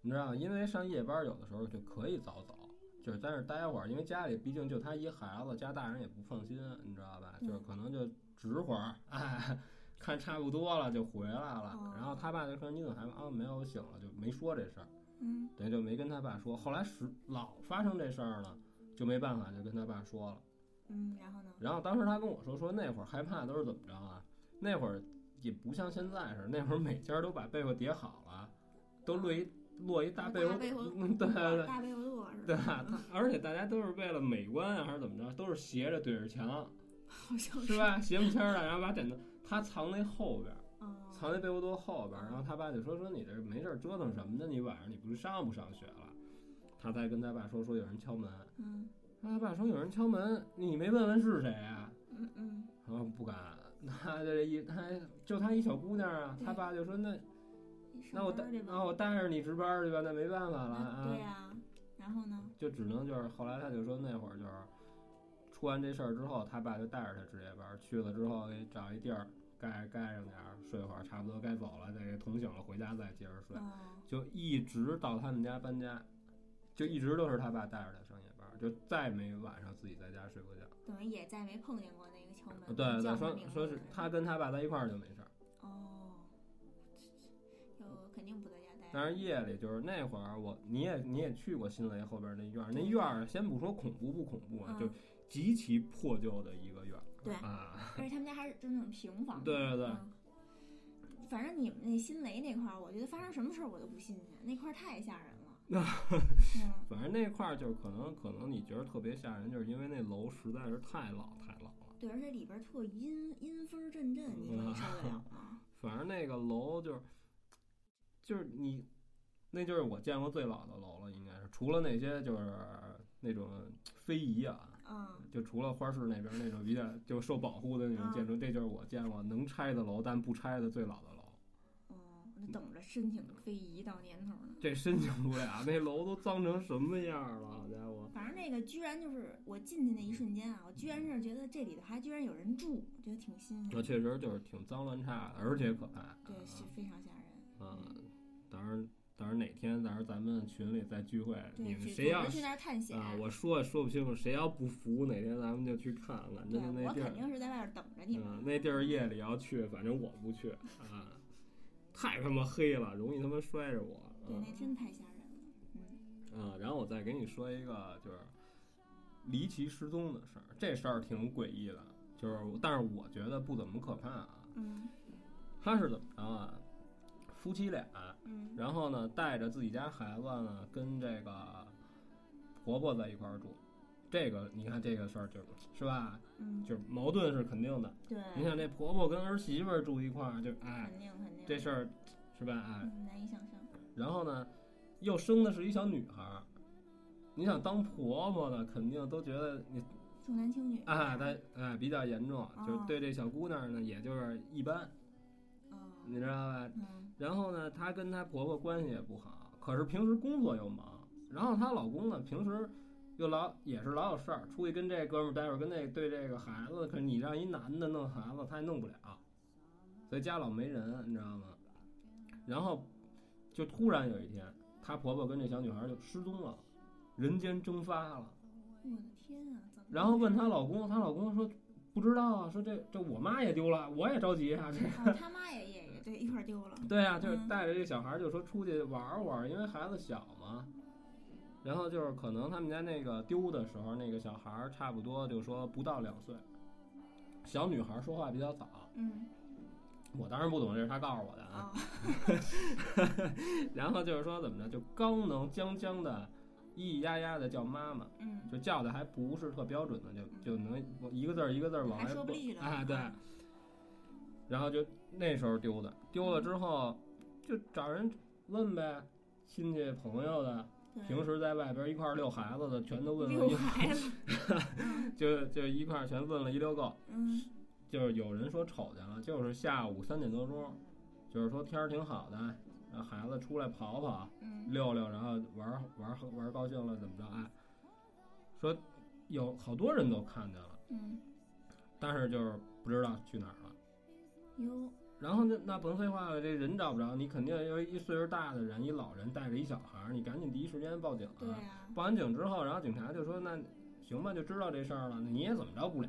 B: 你知道吗，因为上夜班有的时候就可以早走，就是在那儿待会儿，因为家里毕竟就他一孩子，家大人也不放心，你知道吧？
A: 嗯
B: 就是可能就值会儿，哎，看差不多了就回来了
A: 哦。
B: 然后他爸就说：“你怎么还啊没有醒了？”就没说这事儿，
A: 嗯
B: 等于就没跟他爸说。后来是老发生这事儿了，就没办法就跟他爸说了。
A: 嗯，然后呢？
B: 然后当时他跟我说说那会儿害怕都是怎么着啊？那会儿也不像现在似的，那会儿每家都把被窝叠好了，都落一落一大被窝
A: 大被窝，
B: 嗯，对对对。
A: 大被窝垛是吧？
B: 对啊，他而且大家都是为了美观啊，还是怎么着，都是斜着对着墙，
A: 好像
B: 是
A: 是？
B: 吧？斜不签儿的，然后把枕头他藏那后边儿，
A: 嗯，
B: 藏那被窝垛后边儿。然后他爸就说说你这没事儿折腾什么呢？你晚上你不是上不上学了？他才跟他爸说说有人敲门，
A: 嗯
B: 他爸说有人敲门，你没问问是谁啊？
A: 嗯嗯，
B: 然后不敢，他这一他就他一小姑娘啊，
A: 对
B: 他爸就说那
A: 你上
B: 那我带
A: 班儿去吧
B: 那我带着你值班儿去吧，那没办法了
A: 那嗯对
B: 啊，
A: 呀、然后呢？
B: 就只能就是后来他就说那会儿就是出完这事儿之后，他爸就带着他值夜班儿去了之后，给找一地儿盖盖上点儿睡会儿，差不多该走了，再给捅醒了回家再接着睡，
A: 哦，
B: 就一直到他们家搬家，就一直都是他爸带着他上夜班儿，就再没晚上自己在家睡过觉。
A: 等于也再没碰见过那个敲门
B: 对
A: 叫他
B: 对，说
A: 名字
B: 说
A: 的
B: 是
A: 人
B: 他跟他爸在一块儿就没事儿。
A: 哦，有肯定不在家待着。
B: 但是夜里就是那会儿我，你也你也去过新雷后边那院儿，那院儿先不说恐怖不恐怖啊，
A: 嗯
B: 就极其破旧的一个院儿。
A: 对
B: 啊，
A: 而且他们家还是就是那种平房。
B: 对对对
A: 嗯反正你们那新雷那块儿，我觉得发生什么事儿我都不新鲜，那块儿太吓人了。 嗯，
B: 反正那块儿就是可能可能你觉得特别吓人，就是因为那楼实在是太老太老了。
A: 对，而且里边儿特阴阴风阵阵，你说你受得了吗？
B: 反正那个楼就是就是你，那就是我见过最老的楼了，应该是除了那些就是那种非遗啊，
A: 嗯，
B: 就除了花市那边那种比较就受保护的那种
A: 嗯
B: 建筑，这就是我见过能拆的楼，但不拆的最老的楼。
A: 哦，那等着申请非遗到年头呢。
B: 这申请不了，那楼都脏成什么样了，好家伙！
A: 反正那个居然就是我进去那一瞬间啊，我居然是觉得这里头还居然有人住，我觉得挺新
B: 那
A: 鲜，
B: 确实就是挺脏乱差的，而且可怕。啊
A: 对，是非常吓人。
B: 啊，到时候到时候哪天，到时候咱们群里再聚会，你
A: 对，
B: 们
A: 去
B: 谁要
A: 总之去那儿探险，
B: 啊，我说也说不清楚，谁要不服，哪天咱们就去看看，那
A: 对
B: 就
A: 我
B: 那地
A: 肯
B: 儿，
A: 定是在外边儿等着你们
B: 嗯，。那地儿夜里要去，反正我不去啊， 太他妈黑了，容易他妈摔着我。啊
A: 对，那真太吓人了。嗯
B: 嗯，然后我再给你说一个就是离奇失踪的事儿，这事儿挺诡异的，就是但是我觉得不怎么可怕啊。
A: 嗯
B: 他是怎么着啊？夫妻俩，
A: 嗯
B: 然后呢带着自己家孩子呢跟这个婆婆在一块儿住，这个你看这个事儿就是是吧，
A: 嗯，
B: 就是矛盾是肯定的。
A: 对，
B: 你想这婆婆跟儿媳妇儿住一块儿，就哎
A: 肯定肯定
B: 这事儿是吧？哎，
A: 嗯难以想象。
B: 然后呢，又生的是一小女孩儿。你想当婆婆的，肯定都觉得你
A: 重男轻女嗯
B: 啊，她啊比较严重，就是
A: 哦
B: 对这小姑娘呢，也就是一般，
A: 哦
B: 你知道吧？
A: 嗯
B: 然后呢，她跟她婆婆关系也不好，可是平时工作又忙，然后她老公呢，平时又老也是老有事儿，出去跟这哥们儿待会儿，跟那对这个孩子，可是你让一男的弄孩子，他也弄不了，所以家老没人，你知道吗？然后就突然有一天，她婆婆跟这小女孩就失踪了，人间蒸发了。
A: 我的天啊，怎么？
B: 然后问她老公，她老公说不知道啊，说这这我妈也丢了，我也着急啊，这
A: 哦，他妈也也也对，一块儿丢了。
B: 对啊，就是
A: 嗯
B: 带着这小孩儿就说出去玩儿玩儿，因为孩子小嘛。然后就是可能他们家那个丢的时候，那个小孩儿差不多就说不到两岁，小女孩儿说话比较早。
A: 嗯
B: 我当然不懂，这是他告诉我的啊。
A: 哦，嗯
B: 然后就是说怎么着，就刚能将将的，咿咿呀呀的叫妈妈，
A: 嗯，
B: 就叫的还不是特标准的，就就能一个字儿一个字儿往
A: 还
B: 外
A: 说不利了
B: 啊，对。然后就那时候丢的，丢了之后就找人问呗，亲戚朋友的，
A: 对
B: 平时在外边一块儿遛孩子的，全都问
A: 嗯遛
B: 问，
A: 孩 子，
B: 就就一块儿全问了一溜够。
A: 嗯
B: 就是有人说瞅见了，就是下午三点多钟，就是说天儿挺好的，让孩子出来跑跑
A: 嗯
B: 溜溜，然后玩儿玩儿玩儿高兴了怎么着？哎，说有好多人都看见了，
A: 嗯，
B: 但是就是不知道去哪儿了。
A: 哟，
B: 然后那那甭废话了，这人找不着，你肯定要一岁数大的人，一老人带着一小孩儿，你赶紧第一时间报警
A: 对
B: 啊！
A: 呀、
B: 报完警之后，然后警察就说：“那行吧，就知道这事儿了，那你也怎么着不了，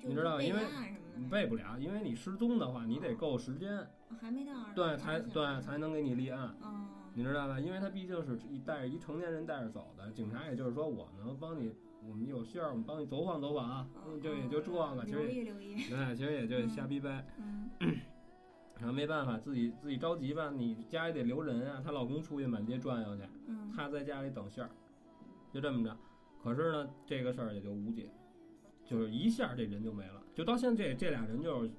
A: 就
B: 你知道
A: 备
B: 因为
A: 案什么的
B: 你，背不了，因为你失踪的话，你得够时间，
A: 还没到二十
B: 对，
A: 四
B: 才
A: 小时
B: 对才能给你立案。”
A: 嗯，
B: 你知道吧？因为他毕竟是一带着一成年人带着走的，警察也就是说，我能帮你，我们有需要，我们帮你走访走访啊，嗯就也就这个，其
A: 哦留
B: 实也，
A: 意留意，
B: 对，其实也就瞎逼掰。
A: 嗯，
B: 然后没办法，自己自己着急吧，你家里得留人啊。她老公出去满街转悠去，
A: 嗯，
B: 她在家里等信儿，就这么着。可是呢，这个事儿也就无解，就是一下这人就没了，就到现在这这俩人就是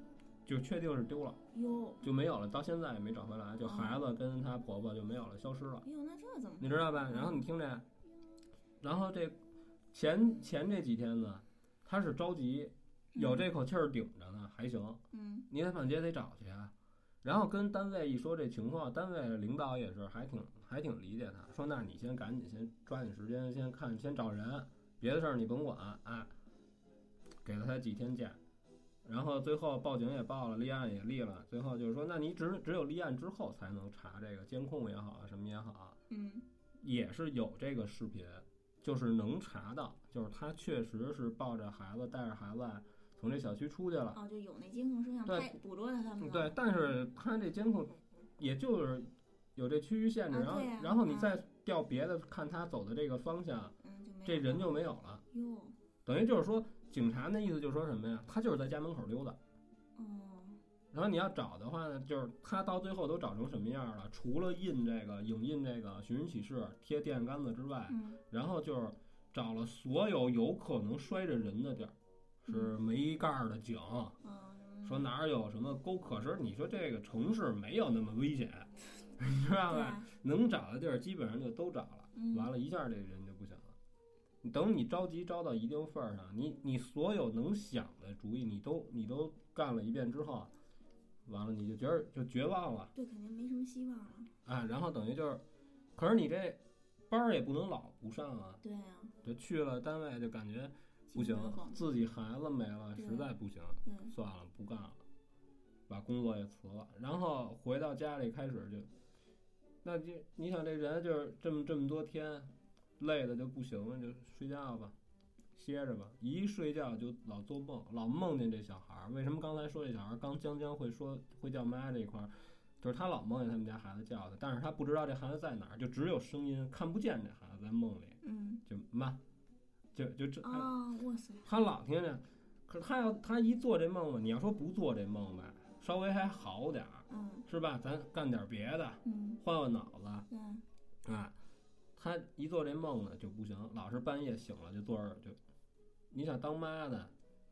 B: 就确定是丢了，
A: 哟
B: 就没有了，到现在也没找回来，就孩子跟她婆婆就没有了，消失了。
A: 哟，那这怎么？
B: 你知道吧？然后你听着，然后这前前这几天呢，他是着急，有这口气儿顶着呢，还行，
A: 嗯，
B: 你得满街得找去啊。然后跟单位一说这情况，单位领导也是还挺还挺理解他，说那你先赶紧先抓紧时间先看先找人，别的事儿你甭管，哎，给了他几天假。然后最后报警也报了，立案也立了。最后就是说，那你只只有立案之后才能查这个监控也好，啊什么也好，
A: 嗯
B: 也是有这个视频，就是能查到，就是他确实是抱着孩子，带着孩子啊从这小区出去
A: 嗯，
B: 了。
A: 哦，就有那监控摄像
B: 对
A: 拍捕捉到他们
B: 嗯
A: 了，
B: 对，但是他这监控，也就是有这区域限制，
A: 啊
B: 然后
A: 对呀
B: 然后你
A: 啊
B: 再调别的，看他走的这个方向，
A: 嗯，就没
B: 这
A: 有
B: 人
A: 了
B: 就没有了。
A: 哟，
B: 等于就是说，警察那意思就是说什么呀？他就是在家门口溜达。
A: 哦，
B: 然后你要找的话呢，就是他到最后都找成什么样了？除了印这个影印这个寻人启事、贴电杆子之外，
A: 嗯，
B: 然后就是找了所有有可能摔着人的地儿，
A: 嗯
B: 是没盖儿的井，
A: 哦，嗯
B: 说哪儿有什么沟。可是你说这个城市没有那么危险， 你知道
A: 对
B: 吧？
A: 啊，
B: 能找的地儿基本上就都找了，
A: 嗯，
B: 完了一下这人就不行了。你等你着急着到一定份儿上，你你所有能想的主意你都你都干了一遍之后，完了你就觉得就绝望了。
A: 对，肯定没什么希望了，
B: 啊，然后等于就是，可是你这班儿也不能老不上啊，
A: 对啊，
B: 就去了单位就感觉不
A: 基
B: 行
A: 本上晃，
B: 自己孩子没了，
A: 对
B: 实在不行，
A: 对，
B: 算了，不干了，把工作也辞了，然后回到家里开始就，那就你想这人就是这么这么多天，累的就不行了，就睡觉吧。歇着吧，一睡觉就老做梦，老梦见这小孩儿。为什么刚才说这小孩儿刚将将会说会叫妈这一块儿，就是他老梦见他们家孩子叫他，但是他不知道这孩子在哪儿，就只有声音，看不见这孩子在梦里，
A: 嗯，
B: 就妈，就就这。哎
A: 哦，哇塞，
B: 他老听见，可是他要他一做这梦吧，你要说不做这梦吧，稍微还好点儿，
A: 嗯
B: 是吧？咱干点别的，
A: 嗯，
B: 换换脑子
A: 对，
B: 啊。他一做这梦呢就不行，老是半夜醒了就坐这儿就，你想当妈的，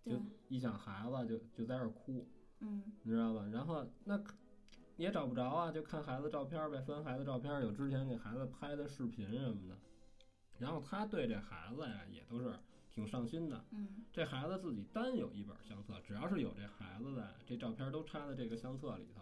A: 对
B: 就，一想孩子就就在这儿哭，
A: 嗯，
B: 你知道吧？然后那可也找不着啊，就看孩子照片呗，翻孩子照片，有之前给孩子拍的视频什么的。然后他对这孩子呀也都是挺上心的，
A: 嗯，
B: 这孩子自己单有一本相册，只要是有这孩子的，这照片都插在这个相册里头，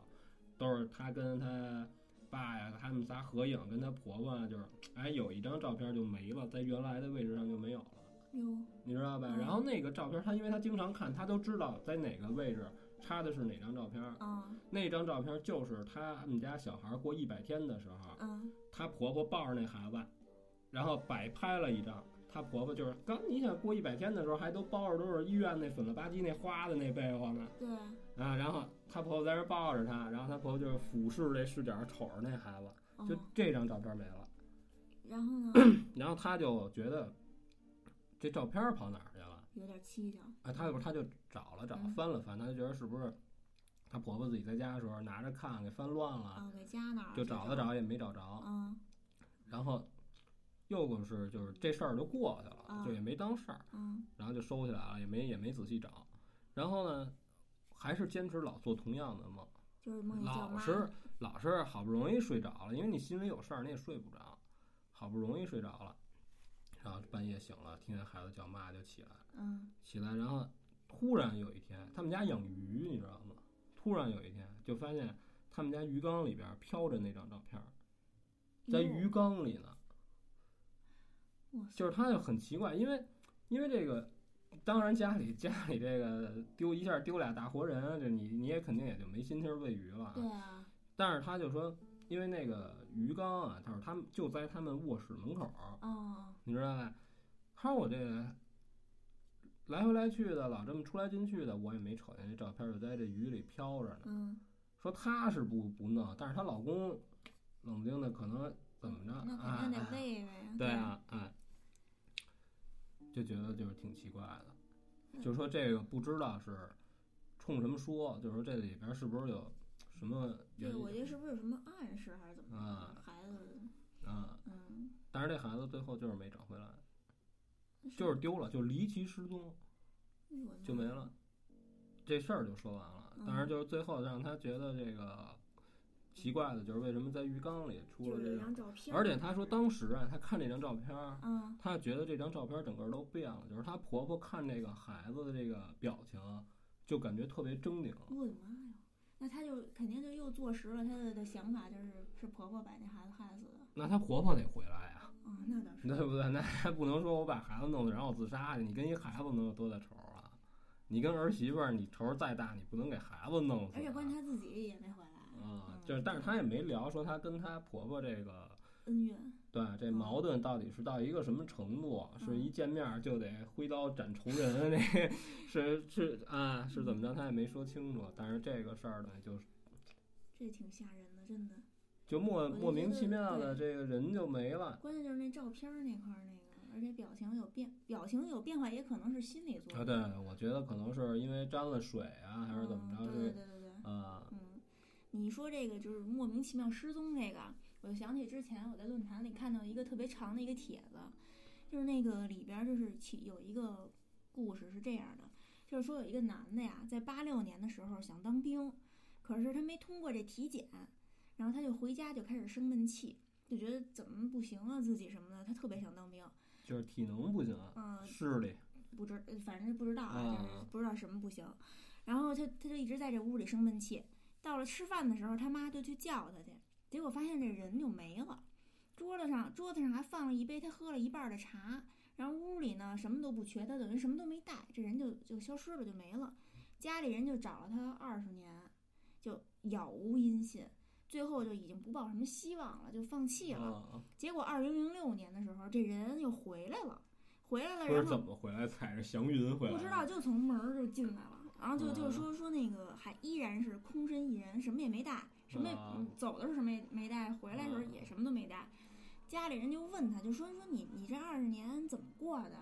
B: 都是他跟他爸呀，他们仨合影，跟他婆婆啊，就是哎有一张照片就没了，在原来的位置上就没有了，
A: 哟，
B: 你知道吧？
A: 嗯
B: 然后那个照片，他因为他经常看，他都知道在哪个位置插的是哪张照片，
A: 啊，
B: 那张照片就是他们家小孩过一百天的时候，
A: 嗯，
B: 她婆婆抱着那孩子，然后摆拍了一张。她婆婆就是刚，你想过一百天的时候，还都包着都是医院那粉了吧唧那花的那被窝呢
A: 对，
B: 啊。然后她婆婆在这抱着她，然后她婆婆就是俯视这视角瞅着那孩子，
A: 哦
B: 就，这张照片没了。
A: 然后呢，
B: 然后她就觉得这照片跑哪儿去了
A: 有点蹊跷，
B: 啊？她不她就找了找
A: 嗯，
B: 翻了翻，她就觉得是不是她婆婆自己在家的时候拿着看给翻乱了，
A: 啊，给夹哪儿？
B: 就找了，找也没找着。
A: 嗯
B: 然后又过是就是这事儿就过去了
A: 啊，
B: 就也没当事儿，
A: 嗯，
B: 然后就收起来了，也没也没仔细找。然后呢，还是坚持老做同样的梦，
A: 就是梦里叫
B: 老
A: 妈，
B: 是老是好不容易睡着了，因为你心里有事儿，你也睡不着，好不容易睡着了，然后半夜醒了，听见孩子叫妈就起来，
A: 嗯，
B: 起来，然后突然有一天，他们家养鱼，你知道吗？突然有一天就发现他们家鱼缸里边飘着那张照片儿，在
A: 哟
B: 鱼，缸里呢。
A: 哇塞，
B: 就是他就很奇怪，因为因为这个当然家里家里这个丢一下丢俩大活人，这你你也肯定也就没心情喂鱼了啊。
A: 对啊，
B: 但是他就说，因为那个鱼缸啊，他说他们就在他们卧室门口儿，
A: 哦，
B: 你知道吧？他说我这来回来去的，老这么出来进去的，我也没瞅见这照片儿就在这鱼里飘着呢。
A: 嗯，
B: 说她是不不弄，但是她老公冷不丁的可能怎么着
A: 那
B: 啊
A: 肯？定得喂喂呀。
B: 对，啊，
A: 嗯
B: 哎，就觉得就是挺奇怪的，
A: 嗯
B: 就是说这个不知道是冲什么说，就是说这里边是不是有什么原
A: 对，我觉
B: 因
A: 得是不是有什么暗示还是怎么
B: 啊
A: 着？孩子，
B: 啊？
A: 嗯，
B: 但是这孩子最后就是没找回来，
A: 那
B: 就是丢了，就离奇失踪，
A: 我
B: 就没了。这事儿就说完了，但是
A: 嗯
B: 就是最后让他觉得这个奇怪的就是为什么在浴缸里出
A: 就
B: 了
A: 是
B: 这
A: 一
B: 种
A: 张照片儿，
B: 而且她说，当时啊，她看这张照片儿，
A: 嗯，
B: 她觉得这张照片儿整个都变了，就是她婆婆看这个孩子的这个表情，就感觉特别狰狞。
A: 我的妈呀！那她就肯定就又坐实了她的的想法，就是是婆婆把那孩子害死的。
B: 那她婆婆得回来呀、
A: 哦，那倒是。
B: 对不对？那还不能说我把孩子弄死，然后我自杀去。你跟一孩子能有多大仇啊？你跟儿媳妇儿，你仇再大，你不能给孩子弄死啊。
A: 而且关键她自己也没回来。
B: 啊，
A: 嗯
B: 就是，但是她也没聊说她跟她婆婆这个。
A: 恩怨，
B: 对，这
A: 嗯
B: 矛盾到底是到一个什么程度？啊是一见面儿就得挥刀斩仇 人，这是是啊，是怎么
A: 嗯
B: 着？他也没说清楚。但是这个事儿呢，就是
A: 这挺吓人的，真的。
B: 就莫
A: 我就
B: 莫名
A: 觉得
B: 其妙的，
A: 对
B: 这个人就没了。
A: 关键就是那照片儿那块儿那个，而且表情有变，表情有变化，也可能是心理作
B: 啊，
A: 用。
B: 对，我觉得可能是因为沾了水啊，还是怎么
A: 嗯
B: 着？
A: 对
B: 是
A: 对对对对，
B: 啊，
A: 嗯，你说这个就是莫名其妙失踪这个，我就想起之前我在论坛里看到一个特别长的一个帖子，就是那个里边儿就是其有一个故事是这样的，就是说有一个男的呀，在八六年的时候想当兵，可是他没通过这体检，然后他就回家就开始生闷气，就觉得怎么不行啊自己什么的，他特别想当兵，
B: 就是体能不行，
A: 嗯、
B: 视力
A: 不知，呃反正不知道啊，
B: 啊
A: 就是不知道什么不行。然后他他就一直在这屋里生闷气。到了吃饭的时候，他妈就去叫他去，结果发现这人就没了。桌子上桌子上还放了一杯他喝了一半的茶，然后屋里呢什么都不缺，他等于什么都没带，这人就就消失了，就没了。家里人就找了他二十年，就杳无音信，最后就已经不抱什么希望了，就放弃了。
B: 啊，
A: 结果二零零六年的时候，这人又回来了，回来了，
B: 不是
A: 然后
B: 怎么回来，踩着祥云回来啊
A: 不
B: 的，
A: 知道就从门儿就进来了，然后就就
B: 嗯
A: 说说那个还依然是空身一人，什么也没带，什么也、
B: 啊
A: 嗯走的时候什么也没带，回来的时候
B: 嗯
A: 也什么都没带。家里人就问他，就说说你你这二十年怎么过的？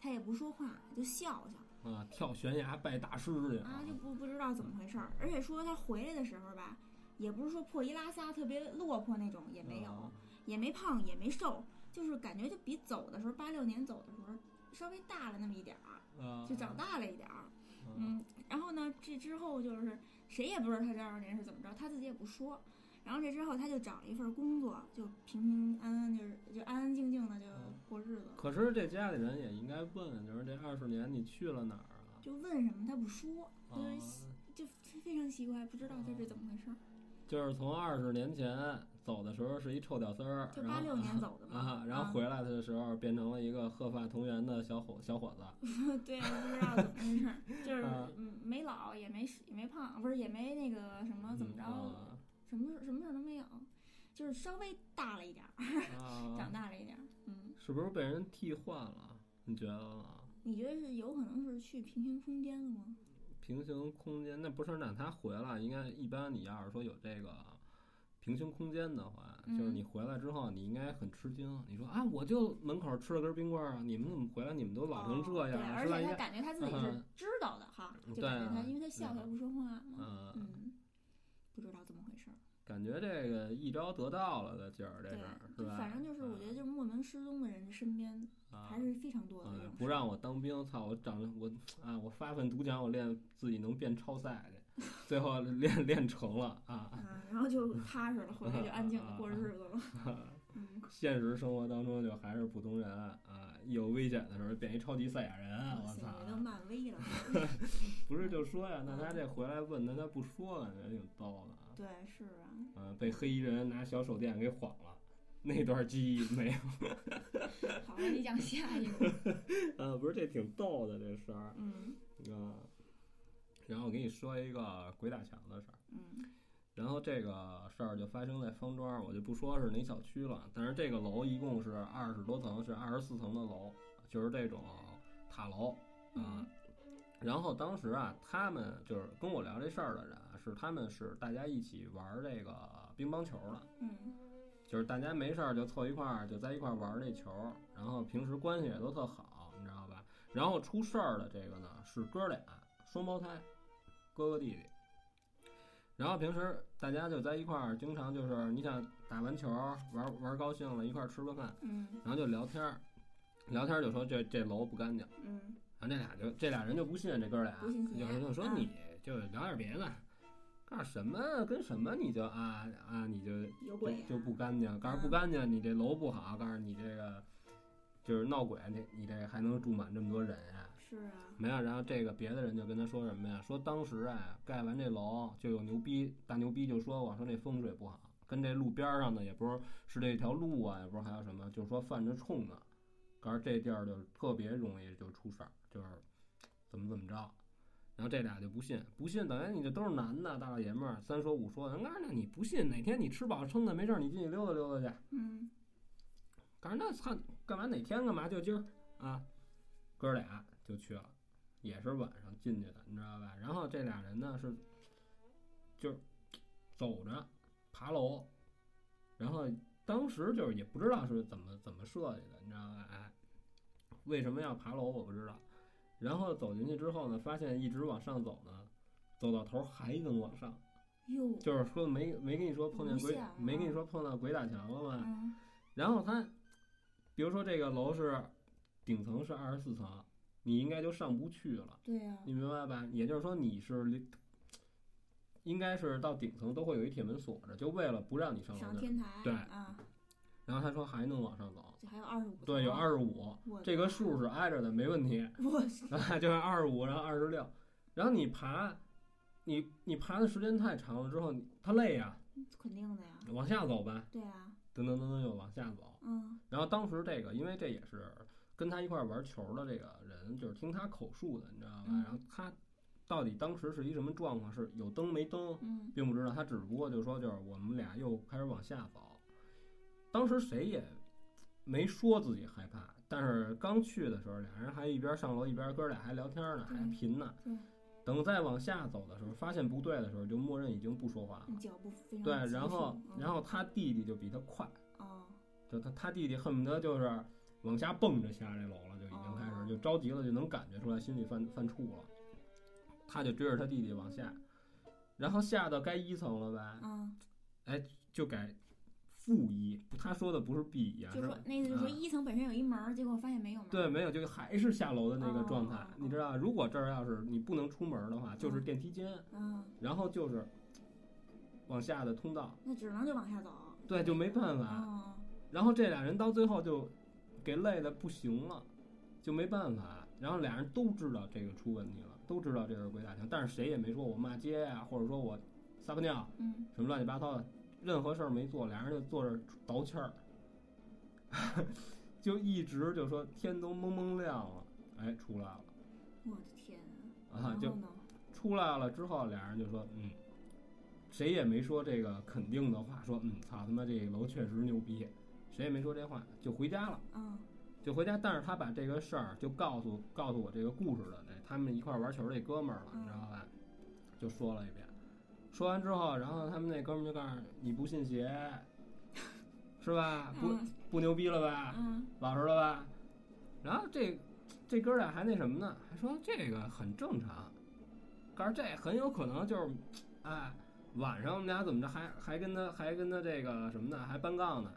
A: 他也不说话，就笑笑。
B: 啊，跳悬崖拜大师去
A: 啊，就不不知道怎么回事儿。而且说他回来的时候吧，也不是说破衣拉撒、特别落魄那种，也没有，
B: 啊
A: 也没胖，也没瘦，就是感觉就比走的时候八六年走的时候稍微大了那么一点儿，
B: 啊，
A: 就长大了一点儿。
B: 啊
A: 嗯，然后呢，这之后就是谁也不知道他这二十年是怎么着，他自己也不说。然后这之后，他就找了一份工作，就平平安安，就是就安安静静的就
B: 嗯
A: 过日子。
B: 可是这家里人也应该问，就是这二十年你去了哪儿啊？
A: 就问什么他不说，
B: 啊
A: 就是喜就非常奇怪，不知道他是怎么回事儿。
B: 就是从二十年前走的时候是一臭屌丝儿，
A: 就
B: 然后
A: 八六年走的嘛，
B: 啊，然后回来的时候变成了一个鹤发童颜的小伙小伙子，
A: 对，不知道怎么回 事儿，就是
B: 啊
A: 嗯没老也没也没胖，不是也没那个什么怎么着，
B: 嗯
A: 什么事什么事儿都没有，就是稍微大了一点儿，
B: 啊啊
A: 长大了一点儿，嗯。
B: 是不是被人替换了？你觉得呢？
A: 你觉得是有可能是去平行空间了吗？
B: 平行空间那不是？那他回来应该一般，你要是说有这个平行空间的话，
A: 嗯
B: 就是你回来之后，你应该很吃惊。你说啊，我就门口吃了根冰棍儿啊，你们怎么回来？你们都老成这样
A: 哦对，
B: 了，
A: 而
B: 是吧？
A: 且
B: 应
A: 他
B: 该嗯
A: 感觉他自己是知道的哈，就感觉
B: 对啊
A: 他，因为他笑
B: 对
A: 笑不说话嘛，
B: 嗯。
A: 嗯，不知道怎么回事儿，
B: 感觉这个一招得到了的劲儿，这
A: 对
B: 事儿，是
A: 就
B: 吧？
A: 反正就是我觉得
B: 得
A: 就是莫名失踪的人身边
B: 啊
A: 还是非常多的这
B: 啊
A: 种，
B: 不让我当兵，操！我长得我啊，我发愤图强，我练自己能变超赛 去，最后练练成了啊。
A: 啊，然后 就踏实了，回来就安静的过日子了，嗯，
B: 现实生活当中就还是普通人啊，一有危险的时候变一超级赛亚人，啊
A: 哇
B: 我
A: 塞
B: 操！
A: 都漫威 了，
B: 不是就说呀，那他这回来问他，他不说了，感觉挺逗的啊。
A: 对，是啊，
B: 啊，被黑衣人拿小手电给晃了，那段记忆 没有。
A: 好吧，你讲下一个。
B: 呃，不是，这挺逗的这事儿啊、
A: 嗯
B: 然后我给你说一个鬼打墙的事儿，
A: 嗯
B: 然后这个事儿就发生在方庄，我就不说是哪小区了，但是这个楼一共是二十多层，是二十四层的楼，就是这种塔楼啊、
A: 嗯
B: 然后当时啊，他们就是跟我聊这事儿的人啊，是他们是大家一起玩儿这个乒乓球的，
A: 嗯
B: 就是大家没事儿就凑一块儿，就在一块儿玩儿这球儿，然后平时关系也都特好，你知道吧？然后出事儿的这个呢是哥俩双胞胎，哥哥弟弟。然后平时大家就在一块儿，经常就是你想打完球儿玩儿玩儿高兴了，一块儿吃个饭，
A: 嗯
B: 然后就聊天儿，聊天儿就说这这楼不干净。
A: 嗯
B: 然后这俩就这俩人就不信这哥俩
A: 不信，邪
B: 有人就说
A: 啊
B: 你就聊点别的，告诉什么跟什么你就啊啊你就
A: 有
B: 就
A: 鬼呀
B: 就不干净，告诉
A: 嗯
B: 不干净，你这楼不好，告诉你这个就是闹鬼，你你这还能住满这么多人啊？
A: 是啊，
B: 没有，然后这个别的人就跟他说什么呀？说当时啊盖完这楼就有牛逼大牛逼就说我说这风水不好，跟这路边儿上的也不是是这条路啊，也不是还有什么，就是说犯着冲呢，告诉这地儿就特别容易就出事儿，就是怎么怎么着。然后这俩就不信，不信等于你这都是男的大老爷们儿，三说五说的，那那你不信，哪天你吃饱撑的没事儿，你进去溜达溜达去。
A: 嗯
B: 告诉那操，干嘛哪天干嘛就今儿啊，哥俩就去了，也是晚上进去的，你知道吧？然后这俩人呢是，就是走着爬楼，然后当时就是也不知道是怎么怎么设计的，你知道吧？哎，为什么要爬楼我不知道。然后走进去之后呢，发现一直往上走呢，走到头还能往上，
A: 哟，
B: 就是说没没跟你说碰见
A: 无
B: 鬼
A: 限啊，
B: 没跟你说碰到鬼打墙了吗？
A: 嗯
B: 然后它，比如说这个楼是顶层是二十四层，你应该就上不去了，
A: 对啊呀，
B: 你明白吧？也就是说你是离应该是到顶层都会有一铁门锁着，就为了不让你上楼
A: 上
B: 那儿。
A: 天台
B: 对
A: 啊，
B: 然后他说还能往上走，
A: 这还有二十五，
B: 对，有，二十五，
A: 我
B: 这个数是挨着的，没问题。
A: 我
B: 啊，就是二十五，然后二十六，然后你爬，你你爬的时间太长了之后，你它累呀、
A: 肯定的呀，
B: 往下走吧，
A: 对啊，
B: 噔噔噔噔又往下走。
A: 嗯
B: 然后当时这个，因为这也是跟他一块儿玩球的这个人，就是听他口述的，你知道吧？
A: 嗯
B: 然后他到底当时是一什么状况，是有灯没灯，
A: 嗯
B: 并不知道。他只不过就说，就是我们俩又开始往下走。当时谁也没说自己害怕，但是刚去的时候，俩人还一边上楼一边哥俩还聊天呢，还
A: 对
B: 贫呢。
A: 对，
B: 等再往下走的时候，发现不对的时候，就默认已经不说话了。
A: 你脚步非常
B: 对，
A: 急
B: 然后
A: 促嗯
B: 然后他弟弟就比他快。
A: 哦，
B: 就他他弟弟恨不得就是往下蹦着下这楼了，就已经
A: 哦
B: 开始就着急了，就能感觉出来心里犯犯怵了，他就追着他弟弟往下，然后下到该一层了呗，
A: 嗯，
B: 就改负一，他说的不是 B 一啊，
A: 就是说那意思就是说
B: 啊
A: 一层本身有一门儿，结果发现没有门儿，
B: 对，没有，就还是下楼的那个状态
A: 哦，
B: 你知道，如果这儿要是你不能出门的话，就是电梯间，
A: 嗯，
B: 然后就是往下的通道，
A: 那只能就往下走，
B: 对，就没办法，
A: 哦，
B: 然后这俩人到最后就给累的不行了，就没办法。然后俩人都知道这个出问题了，都知道这是鬼打墙，但是谁也没说我骂街呀、或者说我撒泡尿
A: 嗯，
B: 什么乱七八糟的，任何事儿没做，俩人就坐着倒气儿， 就一直就说天都蒙蒙亮了，哎，出来了
A: 我的天
B: 啊，就
A: 然后呢？
B: 出来了之后，俩人就说，嗯，谁也没说这个肯定的话，说，嗯，操他妈这楼确实牛逼，谁也没说这话，就回家了，
A: 嗯
B: 就回家。但是他把这个事儿就告诉告诉我这个故事的那哎他们一块儿玩球这哥们儿了，
A: 嗯
B: 你知道吧？就说了一遍。说完之后，然后他们那哥们儿就告诉你不 信邪，是吧？啊不啊
A: 嗯
B: 不牛逼了吧？
A: 嗯
B: 老实了吧？然后这这哥俩还那什么呢？还说这个很正常，告诉这很有可能就是，哎，晚上我们俩怎么着还还跟他还跟他这个什么呢，还搬杠呢。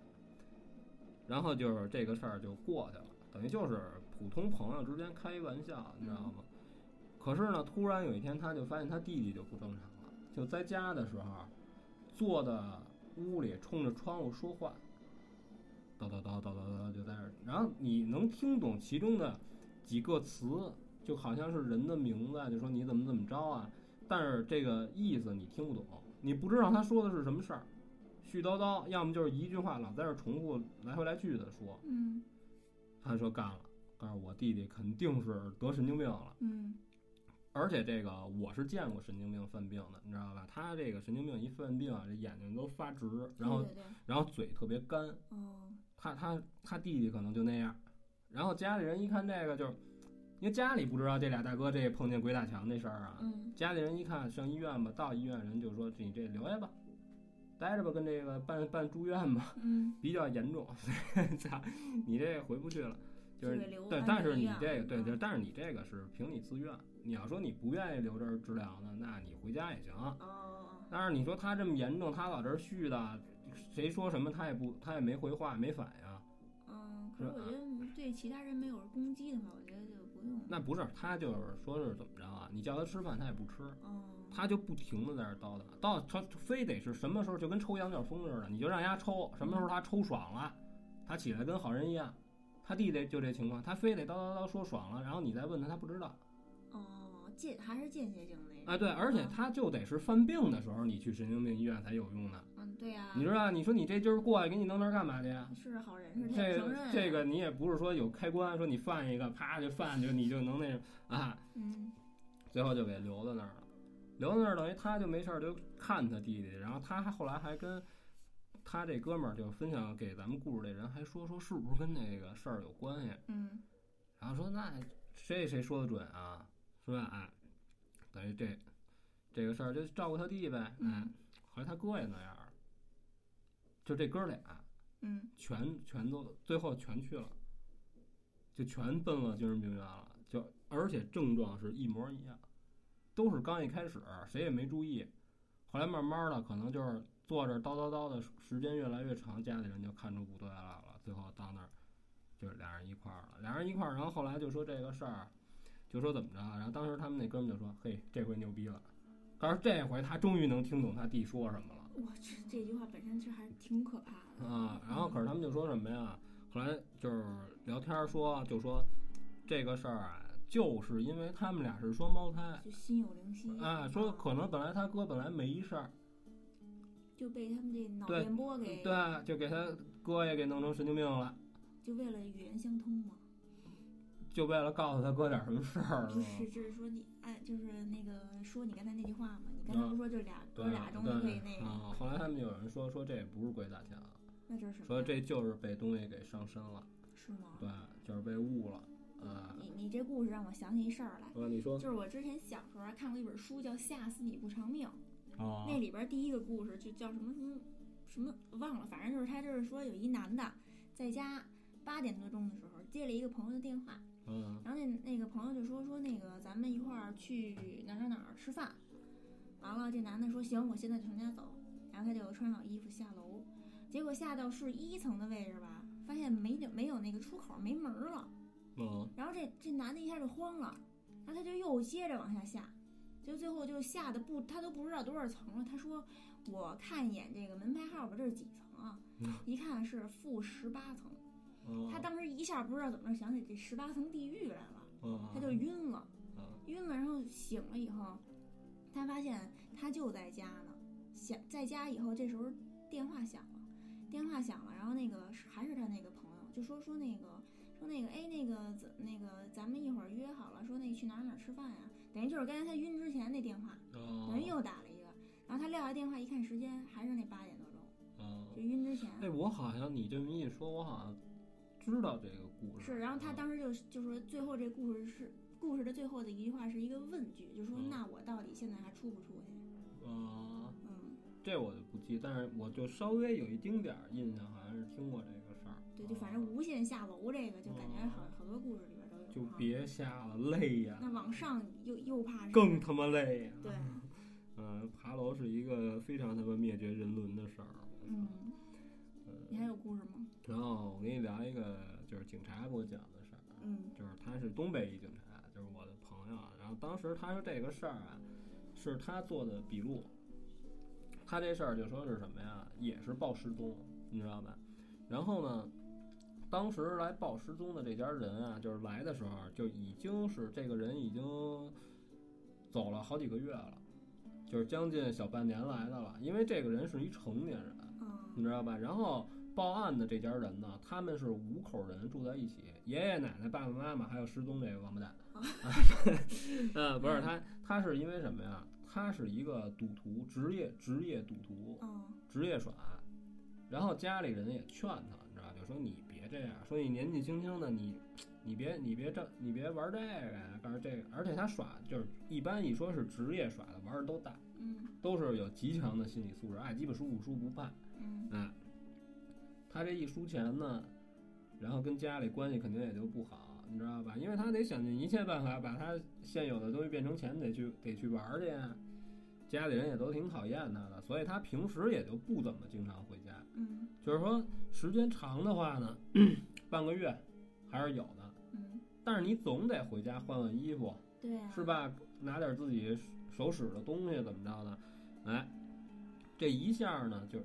B: 然后就是这个事儿就过去了，等于就是普通朋友之间开一玩笑，你知道吗？可是呢，突然有一天他就发现他弟弟就不正常了，就在家的时候，坐的屋里冲着窗户说话，叨叨叨叨叨叨就在这儿，然后你能听懂其中的几个词，就好像是人的名字啊，就说你怎么怎么着啊，但是这个意思你听不懂，你不知道他说的是什么事儿，絮叨叨，要么就是一句话老在这儿重复来回来去的说。
A: 嗯
B: 他说干了，告诉我弟弟肯定是得神经病了。
A: 嗯
B: 而且这个我是见过神经病犯病的，你知道吧？他这个神经病一犯病啊，这眼睛都发直，然后
A: 对对对，
B: 然后嘴特别干。
A: 哦，
B: 他他他弟弟可能就那样，然后家里人一看这个就，因为家里不知道这俩大哥这碰见鬼打墙那事儿啊，
A: 嗯
B: 家里人一看上医院吧，到医院人就说你这留下吧，待着吧，跟这个办办住院吧，
A: 嗯，
B: 比较严重，操，你这回不去了。就是
A: 就得留
B: 对
A: 安，
B: 但是
A: 宁
B: 你
A: 院
B: 这个对
A: 嗯
B: 对，但是你这个是凭你自愿。你要说你不愿意留这儿治疗呢，那你回家也行。
A: 哦哦，
B: 但是你说他这么严重，他老这儿絮叨，谁说什么他也不他也没回话，没反应。
A: 哦嗯，可是
B: 是啊
A: 我觉得对其他人没有攻击的话，我觉得就不用。
B: 那不是，他就是说是怎么着啊？你叫他吃饭，他也不吃，
A: 哦，
B: 他就不停的在那儿叨叨，叨他非得是什么时候就跟抽羊角风似的，你就让人家抽，什么时候他抽爽了，他起来跟好人一样。他弟弟就这情况，他非得叨叨叨说爽了，然后你再问他，他不知道。
A: 哦，间还是间歇性的那种。
B: 哎，对，而且
A: 嗯
B: 他就得是犯病的时候，你去神经病医院才有用呢。
A: 嗯，对呀、
B: 你知道，你说你这劲儿过来，给你弄那儿干嘛去呀？
A: 是好人，是他也
B: 这
A: 承认啊
B: 这个，你也不是说有开关，说你犯一个，啪就犯就你就能那什么啊，
A: 嗯
B: 最后就给留在那儿了。留在那儿等于他就没事儿就看他弟弟，然后他还后来还跟他这哥们儿就分享给咱们故事这人还说说是不是跟那个事儿有关系，
A: 嗯
B: 然后说那谁谁说的准啊，是吧？哎，等于这这个事儿就照顾他弟呗，哎
A: 嗯，
B: 后来他哥也那样儿，就这哥俩
A: 嗯
B: 全全都最后全去了，就全奔了精神病院了，就而且症状是一模一样，都是刚一开始谁也没注意，后来慢慢的可能就是坐着叨叨叨的时间越来越长，家里人就看出不对来了，最后到那儿就是俩人一块儿了，俩人一块儿，然后后来就说这个事儿，就说怎么着，啊然后当时他们那哥们就说，嘿，这回牛逼了，告诉这回他终于能听懂他弟说什么了。
A: 我这这句话本身是还是挺可怕的。
B: 啊，然后可是他们就说什么呀？后来就是聊天儿说，就说这个事儿啊，就是因为他们俩是双胞胎，
A: 就心有灵犀
B: 啊，说可能本来他哥本来没事儿，
A: 就被他们这脑
B: 对
A: 电波给，
B: 对，就给他哥也给弄成神经病了，
A: 就为了语言相通嘛。
B: 嗯就为了告诉他哥点儿什么事儿，
A: 不
B: 是
A: 是，
B: 吧？
A: 就是说你哎，就是那个说你刚才那句话嘛，你刚才不
B: 嗯
A: 说就俩
B: 对
A: 哥俩中就可以那
B: 对
A: 个，
B: 啊，后来他们有人说说这不是鬼打墙，
A: 那这是什么
B: 说
A: 呀？
B: 这就是被东西给上身了，
A: 是吗？
B: 对，就是被误了，啊，
A: 你你这故事让我想起一事儿来，
B: 说你说
A: 就是我之前小时候还看过一本书叫《吓死你不偿命》，
B: 啊
A: 那里边第一个故事就叫什么什么什么忘了，反正就是他就是说有一男的在家八点多钟的时候接了一个朋友的电话，
B: 嗯
A: 然后那那个朋友就说说那个咱们一块儿去哪儿哪儿哪儿吃饭，完了这男的说行，我现在就从家走，然后他就穿好衣服下楼，结果下到是一层的位置吧，发现没有没有那个出口没门儿了。
B: 嗯
A: 然后这这男的一下就慌了，然后他就又接着往下下，就最后就下的不他都不知道多少层了。他说我看一眼这个门牌号吧，这是几层啊
B: 嗯？
A: 一看是负十八层。
B: 嗯，
A: 他当时一下不知道怎么着想起这十八层地狱来了，
B: 嗯
A: 他就晕了，
B: 嗯
A: 晕了，然后醒了以后，他发现他就在家呢，想在家以后，这时候电话响了，电话响了，然后那个是还是他那个朋友就说说那个说那个哎那个怎那个咱们一会儿约好了，说那个去哪儿哪儿吃饭呀、等于就是刚才他晕之前那电话，
B: 嗯
A: 等于又打了一个，然后他撂下电话一看时间还是那八点多钟，
B: 嗯
A: 就晕之前。
B: 哎，我好像你这么一说，我好像知道这个故事。
A: 是，然后他当时就是就说，最后这故事是故事的最后的一句话是一个问句，就说、
B: 嗯
A: 那我到底现在还出不出去？
B: 啊、
A: 嗯，
B: 这我就不记，但是我就稍微有一丁点儿印象，好像是听过这个事儿。
A: 对，就反
B: 啊
A: 正无限下楼这个，就感觉
B: 嗯
A: 好好多故事里边都有。
B: 就
A: 哈
B: 别下了，累呀，
A: 那往上又又怕是
B: 更他妈累呀。
A: 对，
B: 嗯，爬楼是一个非常他妈灭绝人伦的事儿。我操嗯
A: 嗯，你还有故事吗？
B: 然后我跟你聊一个，就是警察给我讲的事儿。啊
A: 嗯
B: 就是他是东北一警察，就是我的朋友啊。然后当时他说这个事儿啊，是他做的笔录。他这事儿就说是什么呀？也是报失踪，你知道吧？然后呢，当时来报失踪的这家人啊，就是来的时候就已经是这个人已经走了好几个月了，就是将近小半年来的了。因为这个人是一成年人，
A: 嗯
B: 你知道吧？然后报案的这家人呢，他们是五口人住在一起，爷爷奶奶、爸爸妈妈，还有失踪这个王八蛋。呃，不是他，他是因为什么呀？他是一个赌徒，职业职业赌徒，
A: 嗯
B: 职业耍。然后家里人也劝他，你知道吧，就说你别这样，说你年纪轻轻的，你你别你别这你别玩这个呀，玩这个。而且他耍就是一般一说是职业耍的，玩的都大，
A: 嗯
B: 都是有极强的心理素质，爱鸡巴输不输不怕。
A: 嗯
B: 哎，他这一输钱呢，然后跟家里关系肯定也就不好，你知道吧？因为他得想尽一切办法把他现有的东西变成钱，得去得去玩儿去呀。家里人也都挺讨厌他的，所以他平时也就不怎么经常回家。
A: 嗯
B: 就是说，时间长的话呢， 半个月还是有的。
A: 嗯，
B: 但是你总得回家换换衣服，
A: 对呀、啊，
B: 是？吧？拿点自己手使的东西，怎么着的？哎，这一下呢，就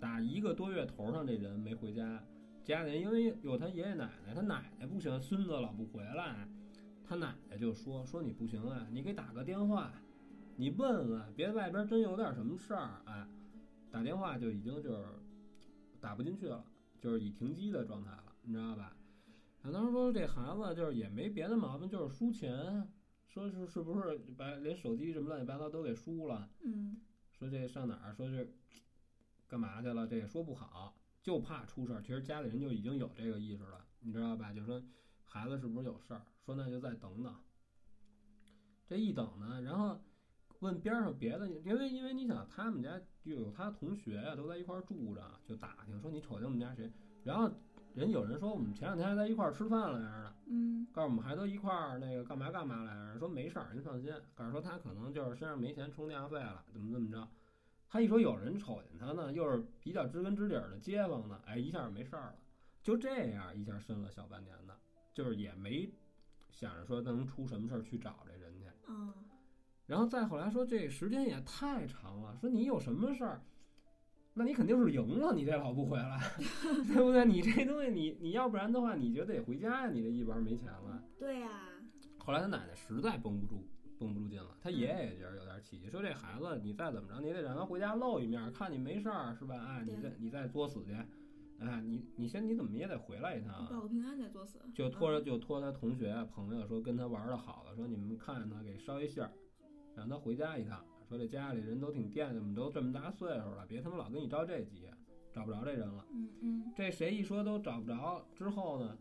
B: 打一个多月头上，这人没回家，家里人因为有他爷爷奶奶，他奶奶不行，孙子老不回来，他奶奶就说说你不行啊，你给打个电话，你问问，别外边真有点什么事儿，哎，打电话就已经就是打不进去了，就是已停机的状态了，你知道吧？啊，当时说这孩子就是也没别的毛病，就是输钱，说是是不是把连手机什么乱七八糟都给输了。
A: 嗯
B: 说这上哪儿？说这干嘛去了？这也说不好，就怕出事儿。其实家里人就已经有这个意识了，你知道吧？就说孩子是不是有事儿？说那就再等等。这一等呢，然后问边上别的，因为因为你想他们家就有他同学呀、都在一块儿住着，就打听说你瞅见我们家谁？然后人有人说我们前两天还在一块儿吃饭来着呢。
A: 嗯
B: 告诉我们还都一块儿那个干嘛干嘛来着，说没事儿，您放心。告诉说他可能就是身上没钱充电话费了，怎么怎么着。他一说有人瞅见他呢，又是比较知根知底儿的街坊呢，哎，一下没事儿了。就这样一下伸了小半年的，就是也没想着说能出什么事儿去找这人去。
A: 嗯
B: 然后再后来说这时间也太长了，说你有什么事儿，那你肯定是赢了，你这老不回来， 对不对？你这东西你你要不然的话，你就得回家呀，你这一玩没钱了。
A: 对呀、啊，
B: 后来他奶奶实在绷不住，绷不住劲了，他爷爷也觉得有点气，说这孩子你再怎么着，你得让他回家露一面，看你没事儿是吧？哎，你再你再作死去，哎，你你先你怎么也得回来一趟
A: 报
B: 啊！
A: 个平安再作死。嗯
B: 就托着就托他同学啊朋友说跟他玩的好的，说你们看他给捎一信儿，让他回家一趟。说这家里人都挺惦记，我们都这么大岁数了，别他妈老跟你着这急，找不着这人了。
A: 嗯嗯
B: 这谁一说都找不着之后呢，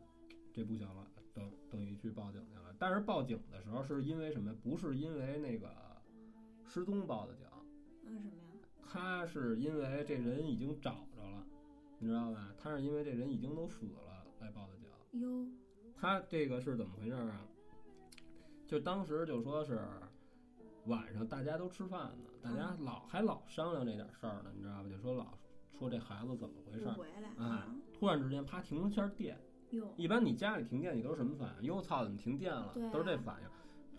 B: 这不行了，等等于去报警去了。但是报警的时候是因为什么？不是因为那个失踪报的警，
A: 那是什么呀？
B: 他是因为这人已经找着了，你知道吧？他是因为这人已经都死了来报的警。
A: 哟，
B: 他这个是怎么回事儿啊？就当时就说是晚上大家都吃饭呢，大家老还老商量这点事儿呢，你知道吧？就说老说这孩子怎么回事
A: 不
B: 儿。
A: 回来
B: 啊
A: 啊！
B: 突然之间，啪停了下电，
A: 哟，
B: 一般你家里停电，你都是什么反应？哟操，怎么停电了？
A: 对啊
B: 都是这反应。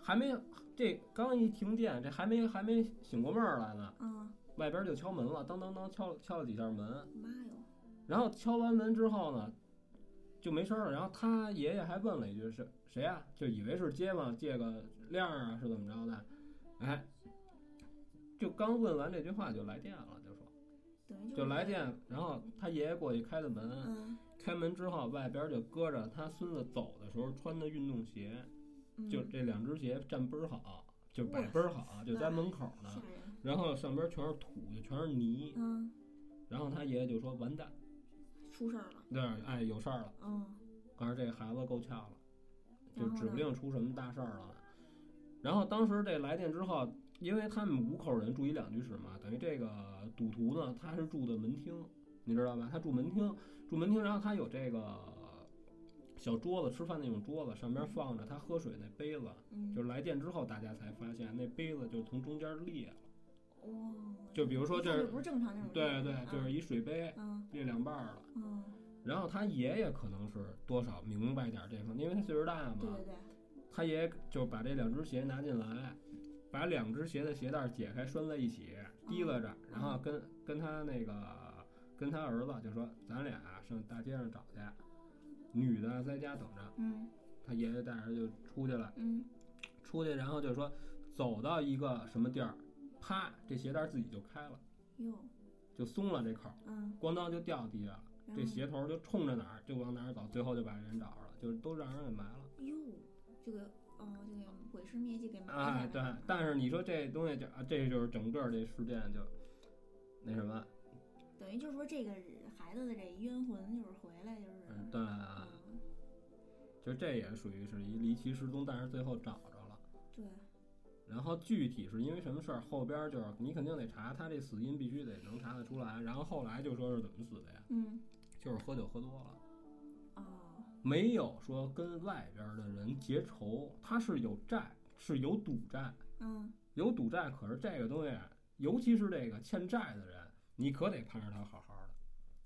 B: 还没这刚一停电，这还没还没醒过味儿来呢，
A: 嗯，
B: 外边就敲门了，当当当敲了敲了几下门，
A: 妈哟，
B: 然后敲完门之后呢，就没声儿了。然后他爷爷还问了一句是谁呀、就以为是街坊借个亮儿啊，是怎么着的？哎，就刚问完这句话就来电了，就说
A: 等于
B: 就是来电，然后他爷爷过去开的门，
A: 嗯
B: 开门之后，外边就搁着他孙子走的时候穿的运动鞋，
A: 嗯，
B: 就这两只鞋站倍儿好，就摆倍儿好，啊就在门口
A: 吓
B: 呢。
A: 人。
B: 然后上边全是土，就全是泥。
A: 嗯，
B: 然后他爷爷就说：“完蛋，
A: 出事儿了。
B: 对，哎，有事儿了。
A: 嗯，”
B: 告诉这孩子够呛了，就
A: 然后
B: 指不
A: 呢？
B: 定出什么大事儿了。然后当时这来电之后，因为他们五口人住一两居室嘛，等于这个赌徒呢，他是住的门厅，你知道吧？他住门厅，住门厅，然后他有这个小桌子，吃饭那种桌子，上面放着他喝水那杯子。
A: 嗯，
B: 就是来电之后，大家才发现那杯子就从中间裂了。
A: 哇，
B: 就比如说
A: 一看
B: 这
A: 就不是啊正常那种
B: 对
A: 人
B: 对，就是一水杯
A: 嗯
B: 裂两半儿了。
A: 嗯，
B: 然后他爷爷可能是多少明白点儿这方面，因为他岁数大嘛，
A: 对对对，
B: 他爷爷就把这两只鞋拿进来，把两只鞋的鞋带解开拴在一起，提拉着，然后跟跟他那个跟他儿子就说：“咱俩啊上大街上找去，女的在家等着。
A: 嗯”
B: 他爷爷带着就出去了，
A: 嗯
B: 出去然后就
A: 嗯
B: 说走到一个什么地儿，啪，这鞋带自己就开了。
A: 哟，
B: 就松了这扣儿，
A: 嗯，
B: 咣当就掉地下了。
A: 然
B: 这
A: 后
B: 鞋头儿就冲着哪儿就往哪儿走，最后就把人找着了，就都让人给埋了。
A: 哟，这个哦，这个毁尸灭迹给埋下
B: 哎
A: 来，
B: 对
A: 了，
B: 但是你说这东西就啊，这就是整个这事件就那什么，
A: 等于就是说这个孩子的这冤魂就是回来就是，
B: 嗯，对啊，
A: 嗯，
B: 就这也属于是一离奇失踪，但是最后找着了。
A: 对，
B: 然后具体是因为什么事儿，后边儿就是你肯定得查，他这死因必须得能查得出来。然后后来就说是怎么死的呀，
A: 嗯，
B: 就是喝酒喝多了，
A: 哦，
B: 没有说跟外边儿的人结仇，他是有债，是有赌债，
A: 嗯，
B: 有赌债，可是这个东西，尤其是这个欠债的人，你可得盼着他好好的。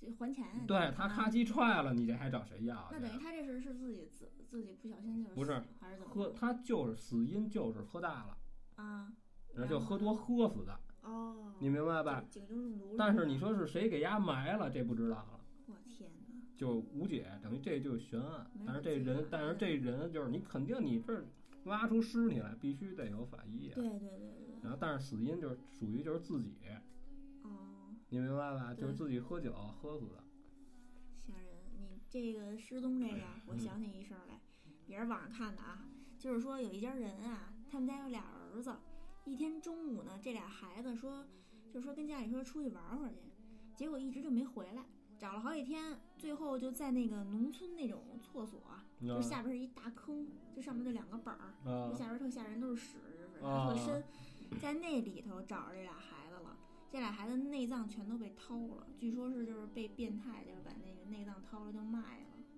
A: 这还钱，
B: 对他
A: 啊
B: 咔叽踹了，你这还找谁要去
A: 那
B: 啊？
A: 等于他这事儿是自己自自己不小心就是
B: 不是
A: 死了还是怎么
B: 喝，他就是死因就是喝大了，
A: 啊？
B: 然后就喝多喝死的，
A: 哦，
B: 你明白吧？
A: 酒酒精中毒，
B: 但是你，说是谁给压埋了，这不知道了，
A: 我天哪，
B: 就无解，等于这就是悬案
A: 没。
B: 但是
A: 有
B: 这
A: 解
B: 人
A: 答，
B: 但是这人就是你肯定你这儿挖出尸体来，必须得有法医啊。
A: 对对对对，
B: 然后但是死因就是属于就是自己，
A: 哦，
B: 你明白吧？就是
A: 对
B: 自己喝酒喝死的。
A: 吓人！你这个失踪这个，我想起一事儿来，也是网上看的啊。就是说有一家人啊，他们家有俩儿子，一天中午呢，这俩孩子说，就说跟家里说出去玩会儿去，结果一直就没回来，找了好几天，最后就在那个农村那种厕所啊，
B: 你知道
A: 就
B: 吗
A: 下边是一大坑，就上面就两个板儿，
B: 啊
A: 就下边特吓人，都是屎，就是
B: 啊
A: 还特深，在那里头找着这俩孩子了。这俩孩子内脏全都被掏了，据说是就是被变态就是把那个内脏掏了就卖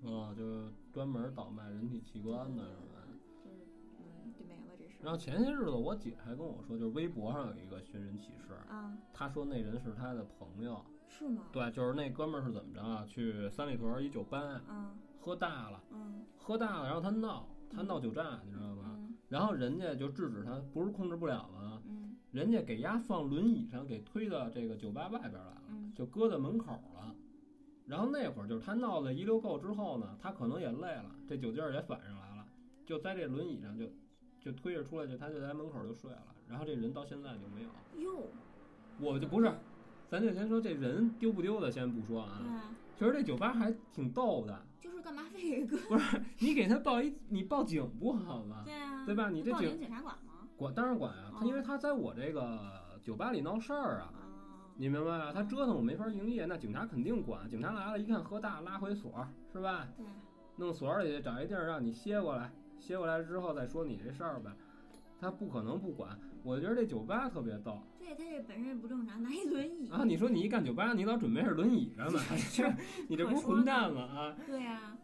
A: 了，
B: 啊，就专门倒卖人体器官的是吧？
A: 就是嗯就没了这事
B: 然后
A: 儿。
B: 前些日子我姐还跟我说，就是微博上有一个寻人启事，
A: 啊，
B: 她说那人是她的朋友，
A: 是吗？
B: 对，就是那哥们儿是怎么着啊？去三里屯一酒吧
A: 啊
B: 喝大了，
A: 嗯
B: 喝大了，然后他闹，他闹酒驾，你知道吗？
A: 嗯
B: 然后人家就制止他，不是控制不了吗？
A: 嗯
B: 人家给丫放轮椅上，给推到这个酒吧外边来了，
A: 嗯
B: 就搁在门口了。然后那会儿就是他闹得一溜够之后呢，他可能也累了，这酒劲儿也反上来了，就在这轮椅上就就推着出来，就他就在门口就睡了。然后这人到现在就没有，
A: 哟，
B: 我就不是，啊咱就先说这人丢不丢的先不说
A: 对
B: 啊，
A: 啊，
B: 其实这酒吧还挺逗的，
A: 就是干嘛非得搁？
B: 啊你给他报一你报警不好吗？
A: 对啊，
B: 对吧你这
A: 报
B: 警
A: 警警察管吗？
B: 管当然管啊，他
A: 哦
B: 因为他在我这个酒吧里闹事儿啊，
A: 啊，
B: 你明白吧？他折腾我没法营业，那警察肯定管。警察来了，一看喝大，拉回所儿是吧？
A: 对，啊
B: 弄所儿里去，找一地儿让你歇过来，歇过来之后再说你这事儿呗。他不可能不管。我觉得这酒吧特别逗
A: 对，他这本身也不正常，拿一轮椅，
B: 啊！你说你一干酒吧，你老准备是轮椅上呢，你这不是混蛋吗？啊，
A: 对啊，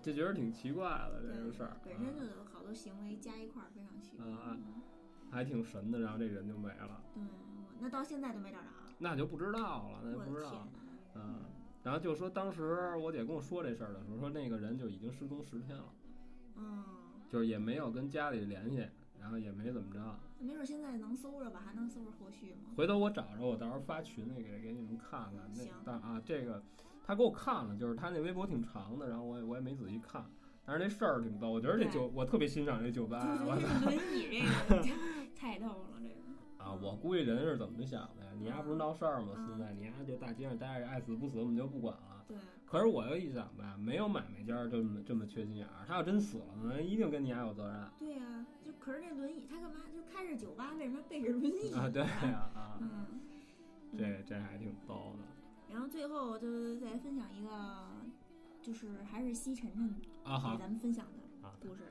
B: 就觉得挺奇怪的
A: 对
B: 这个事儿，
A: 本身就有好多行为加一块儿非常奇怪。
B: 啊啊
A: 嗯
B: 啊还挺神的。然后这人就没了，
A: 对，我那到现在都没找着。啊
B: 那就不知道了，那就
A: 我
B: 不
A: 的
B: 知道了
A: 天。
B: 嗯，然后就说当时我姐跟我说这事儿的时候，说那个人就已经失踪十天了，
A: 嗯，
B: 就是也没有跟家里联系，然后也没怎么着。
A: 没准现在能搜着吧，还能搜着后续吗？
B: 回头我找着，我到时候发群里给给你们看看。那
A: 行
B: 但啊，这个他给我看了，就是他那微博挺长的，然后我也我也没仔细看，但是这事儿挺逗。我觉得这
A: 对
B: 酒我特别欣赏这酒吧，啊
A: 就是
B: 我
A: 这轮椅这个太逗了，这个。
B: 啊，我估计人是怎么想的呀？你丫不是闹事儿吗？
A: 嗯
B: 现在你丫就大街上待着，爱死不死我们就不管了。
A: 对，
B: 可是我又一想吧，没有买卖家儿这么这么缺心眼儿，他要真死了呢，一定跟你家有责任
A: 对啊，就可是这轮椅，他干嘛就开着酒吧，为什么背着轮椅？
B: 啊！对呀啊，
A: 嗯，
B: 这这还挺逗的
A: 然后最后就是再分享一个，就是还是西晨晨给
B: 啊！好
A: 咱们分享的
B: 啊，
A: 故事，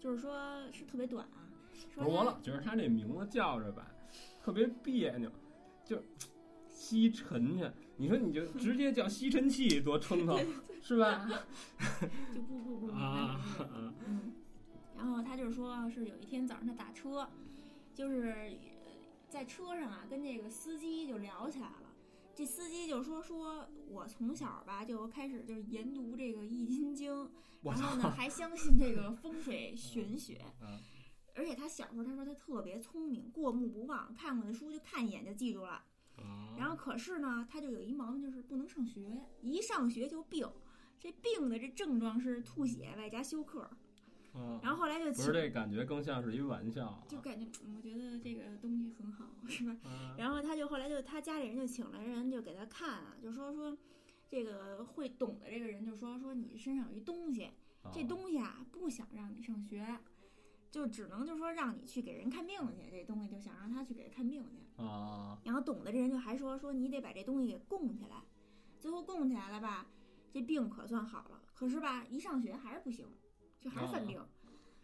A: 就是说是特别短啊，
B: 不
A: 说
B: 是我
A: 他
B: 老觉得他这名字叫着吧，特别别扭，就吸尘尘，你说 你就直接叫吸尘器多冲头是吧？
A: 就不不不明白
B: 啊
A: 了
B: 啊
A: 嗯，然后他就说是有一天早上他打车，就是呃在车上啊跟这个司机就聊起来了。这司机就说说我从小吧就开始就是研读这个《易筋经》，
B: 我
A: 然后呢还相信这个风水玄学。
B: 啊！
A: 而且他小时候，他说他特别聪明，过目不忘，看过的书就看一眼就记住了。
B: 嗯
A: 然后可是呢，他就有一毛病，就是不能上学，一上学就病。这病的这症状是吐血外加休克。
B: 嗯，
A: 然后后来就
B: 不
A: 请
B: 是这感觉更像是一玩笑啊。
A: 就感觉嗯我觉得这个东西很好，是吧？
B: 啊
A: 然后他就后来就他家里人就请来人就给他看啊，就说说这个会懂的这个人就说说你身上有一东西，这
B: 啊
A: 东西啊不想让你上学，就只能就说让你去给人看病去，这东西就想让他去给人看病去。
B: 啊
A: 然后懂的这人就还说说你得把这东西给供起来，最后供起来了吧，这病可算好了。可是吧，一上学还是不行，就还是犯
B: 啊
A: 病。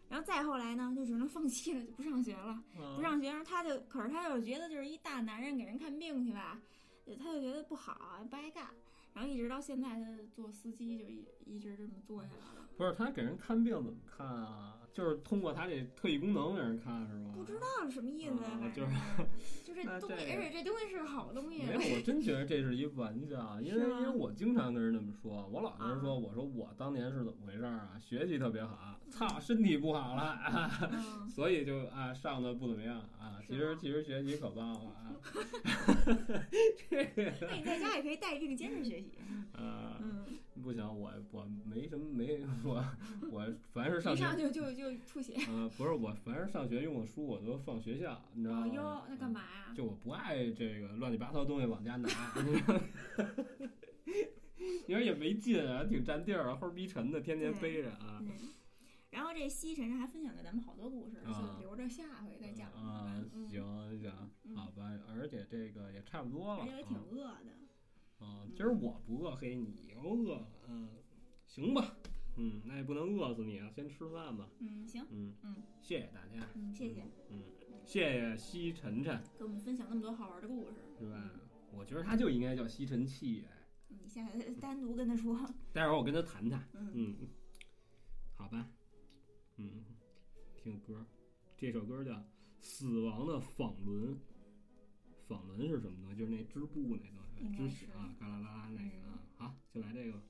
A: 然后再后来呢，就只能放弃了，就不上学了。
B: 啊
A: 不上学，然后他就，可是他就是觉得就是一大男人给人看病去吧，呃他就觉得不好，不爱干。然后一直到现在，他做司机就一一直这么做下来了。
B: 不是他给人看病怎么看啊？就是通过他这特异功能给人看是吗？
A: 不知道是什么意思，
B: 啊
A: 反
B: 就
A: 正
B: 是
A: 就这
B: 那
A: 东西，
B: 这
A: 而且这东西是个好东西
B: 没。 有，我真觉得这是一玩笑，啊因为
A: 是吗
B: 因为我经常跟人这么说，我老跟人
A: 啊
B: 说，我说我当年是怎么回事儿啊？学习特别好，操，身体不好了， 啊
A: 嗯，
B: 所以就啊上的不怎么样啊。
A: 是
B: 其实
A: 吗
B: 其实学习可棒了啊，
A: 那你在家也可以带病监视 学习。
B: 啊，
A: 嗯。
B: 不行，我我没什么没 我我凡是上
A: 一
B: 学，
A: 上就就就吐血。
B: 呃，不是我凡是上学用的书我都放学校，你知道
A: 哦
B: 吗？
A: 哟，那干嘛呀？
B: 嗯就我不爱这个乱七八糟的东西往家拿， 你知道吗你说也没劲啊，挺占地儿啊，齁逼沉的，天天背着啊。
A: 嗯。然后这西神还分享给咱们好多故事，
B: 啊
A: 就留着下回再讲吧。
B: 啊，
A: 嗯
B: 行，行，
A: 嗯
B: 好吧，而且这个也差不多了
A: 而且我挺
B: 啊
A: 饿的。
B: 啊。今儿我不饿，嘿，你又饿了，嗯，行吧，嗯，那也不能饿死你啊，先吃饭吧，
A: 嗯，行，
B: 嗯
A: 嗯，
B: 谢谢大家，
A: 嗯，谢谢
B: 嗯，谢谢西晨晨，
A: 给我们分享那么多好玩的故事，
B: 是吧？我觉得他就应该叫西晨气，哎
A: 嗯？你下回单独跟他说。
B: 待会儿我跟他谈谈。
A: 嗯，
B: 嗯，好吧，嗯，听歌儿，这首歌儿叫《死亡的纺轮》。纺轮是什么东西？就是那织布那东
A: 应该
B: 西，织
A: 是
B: 啊，嘎啦啦啦那个啊。好，就来这个吧。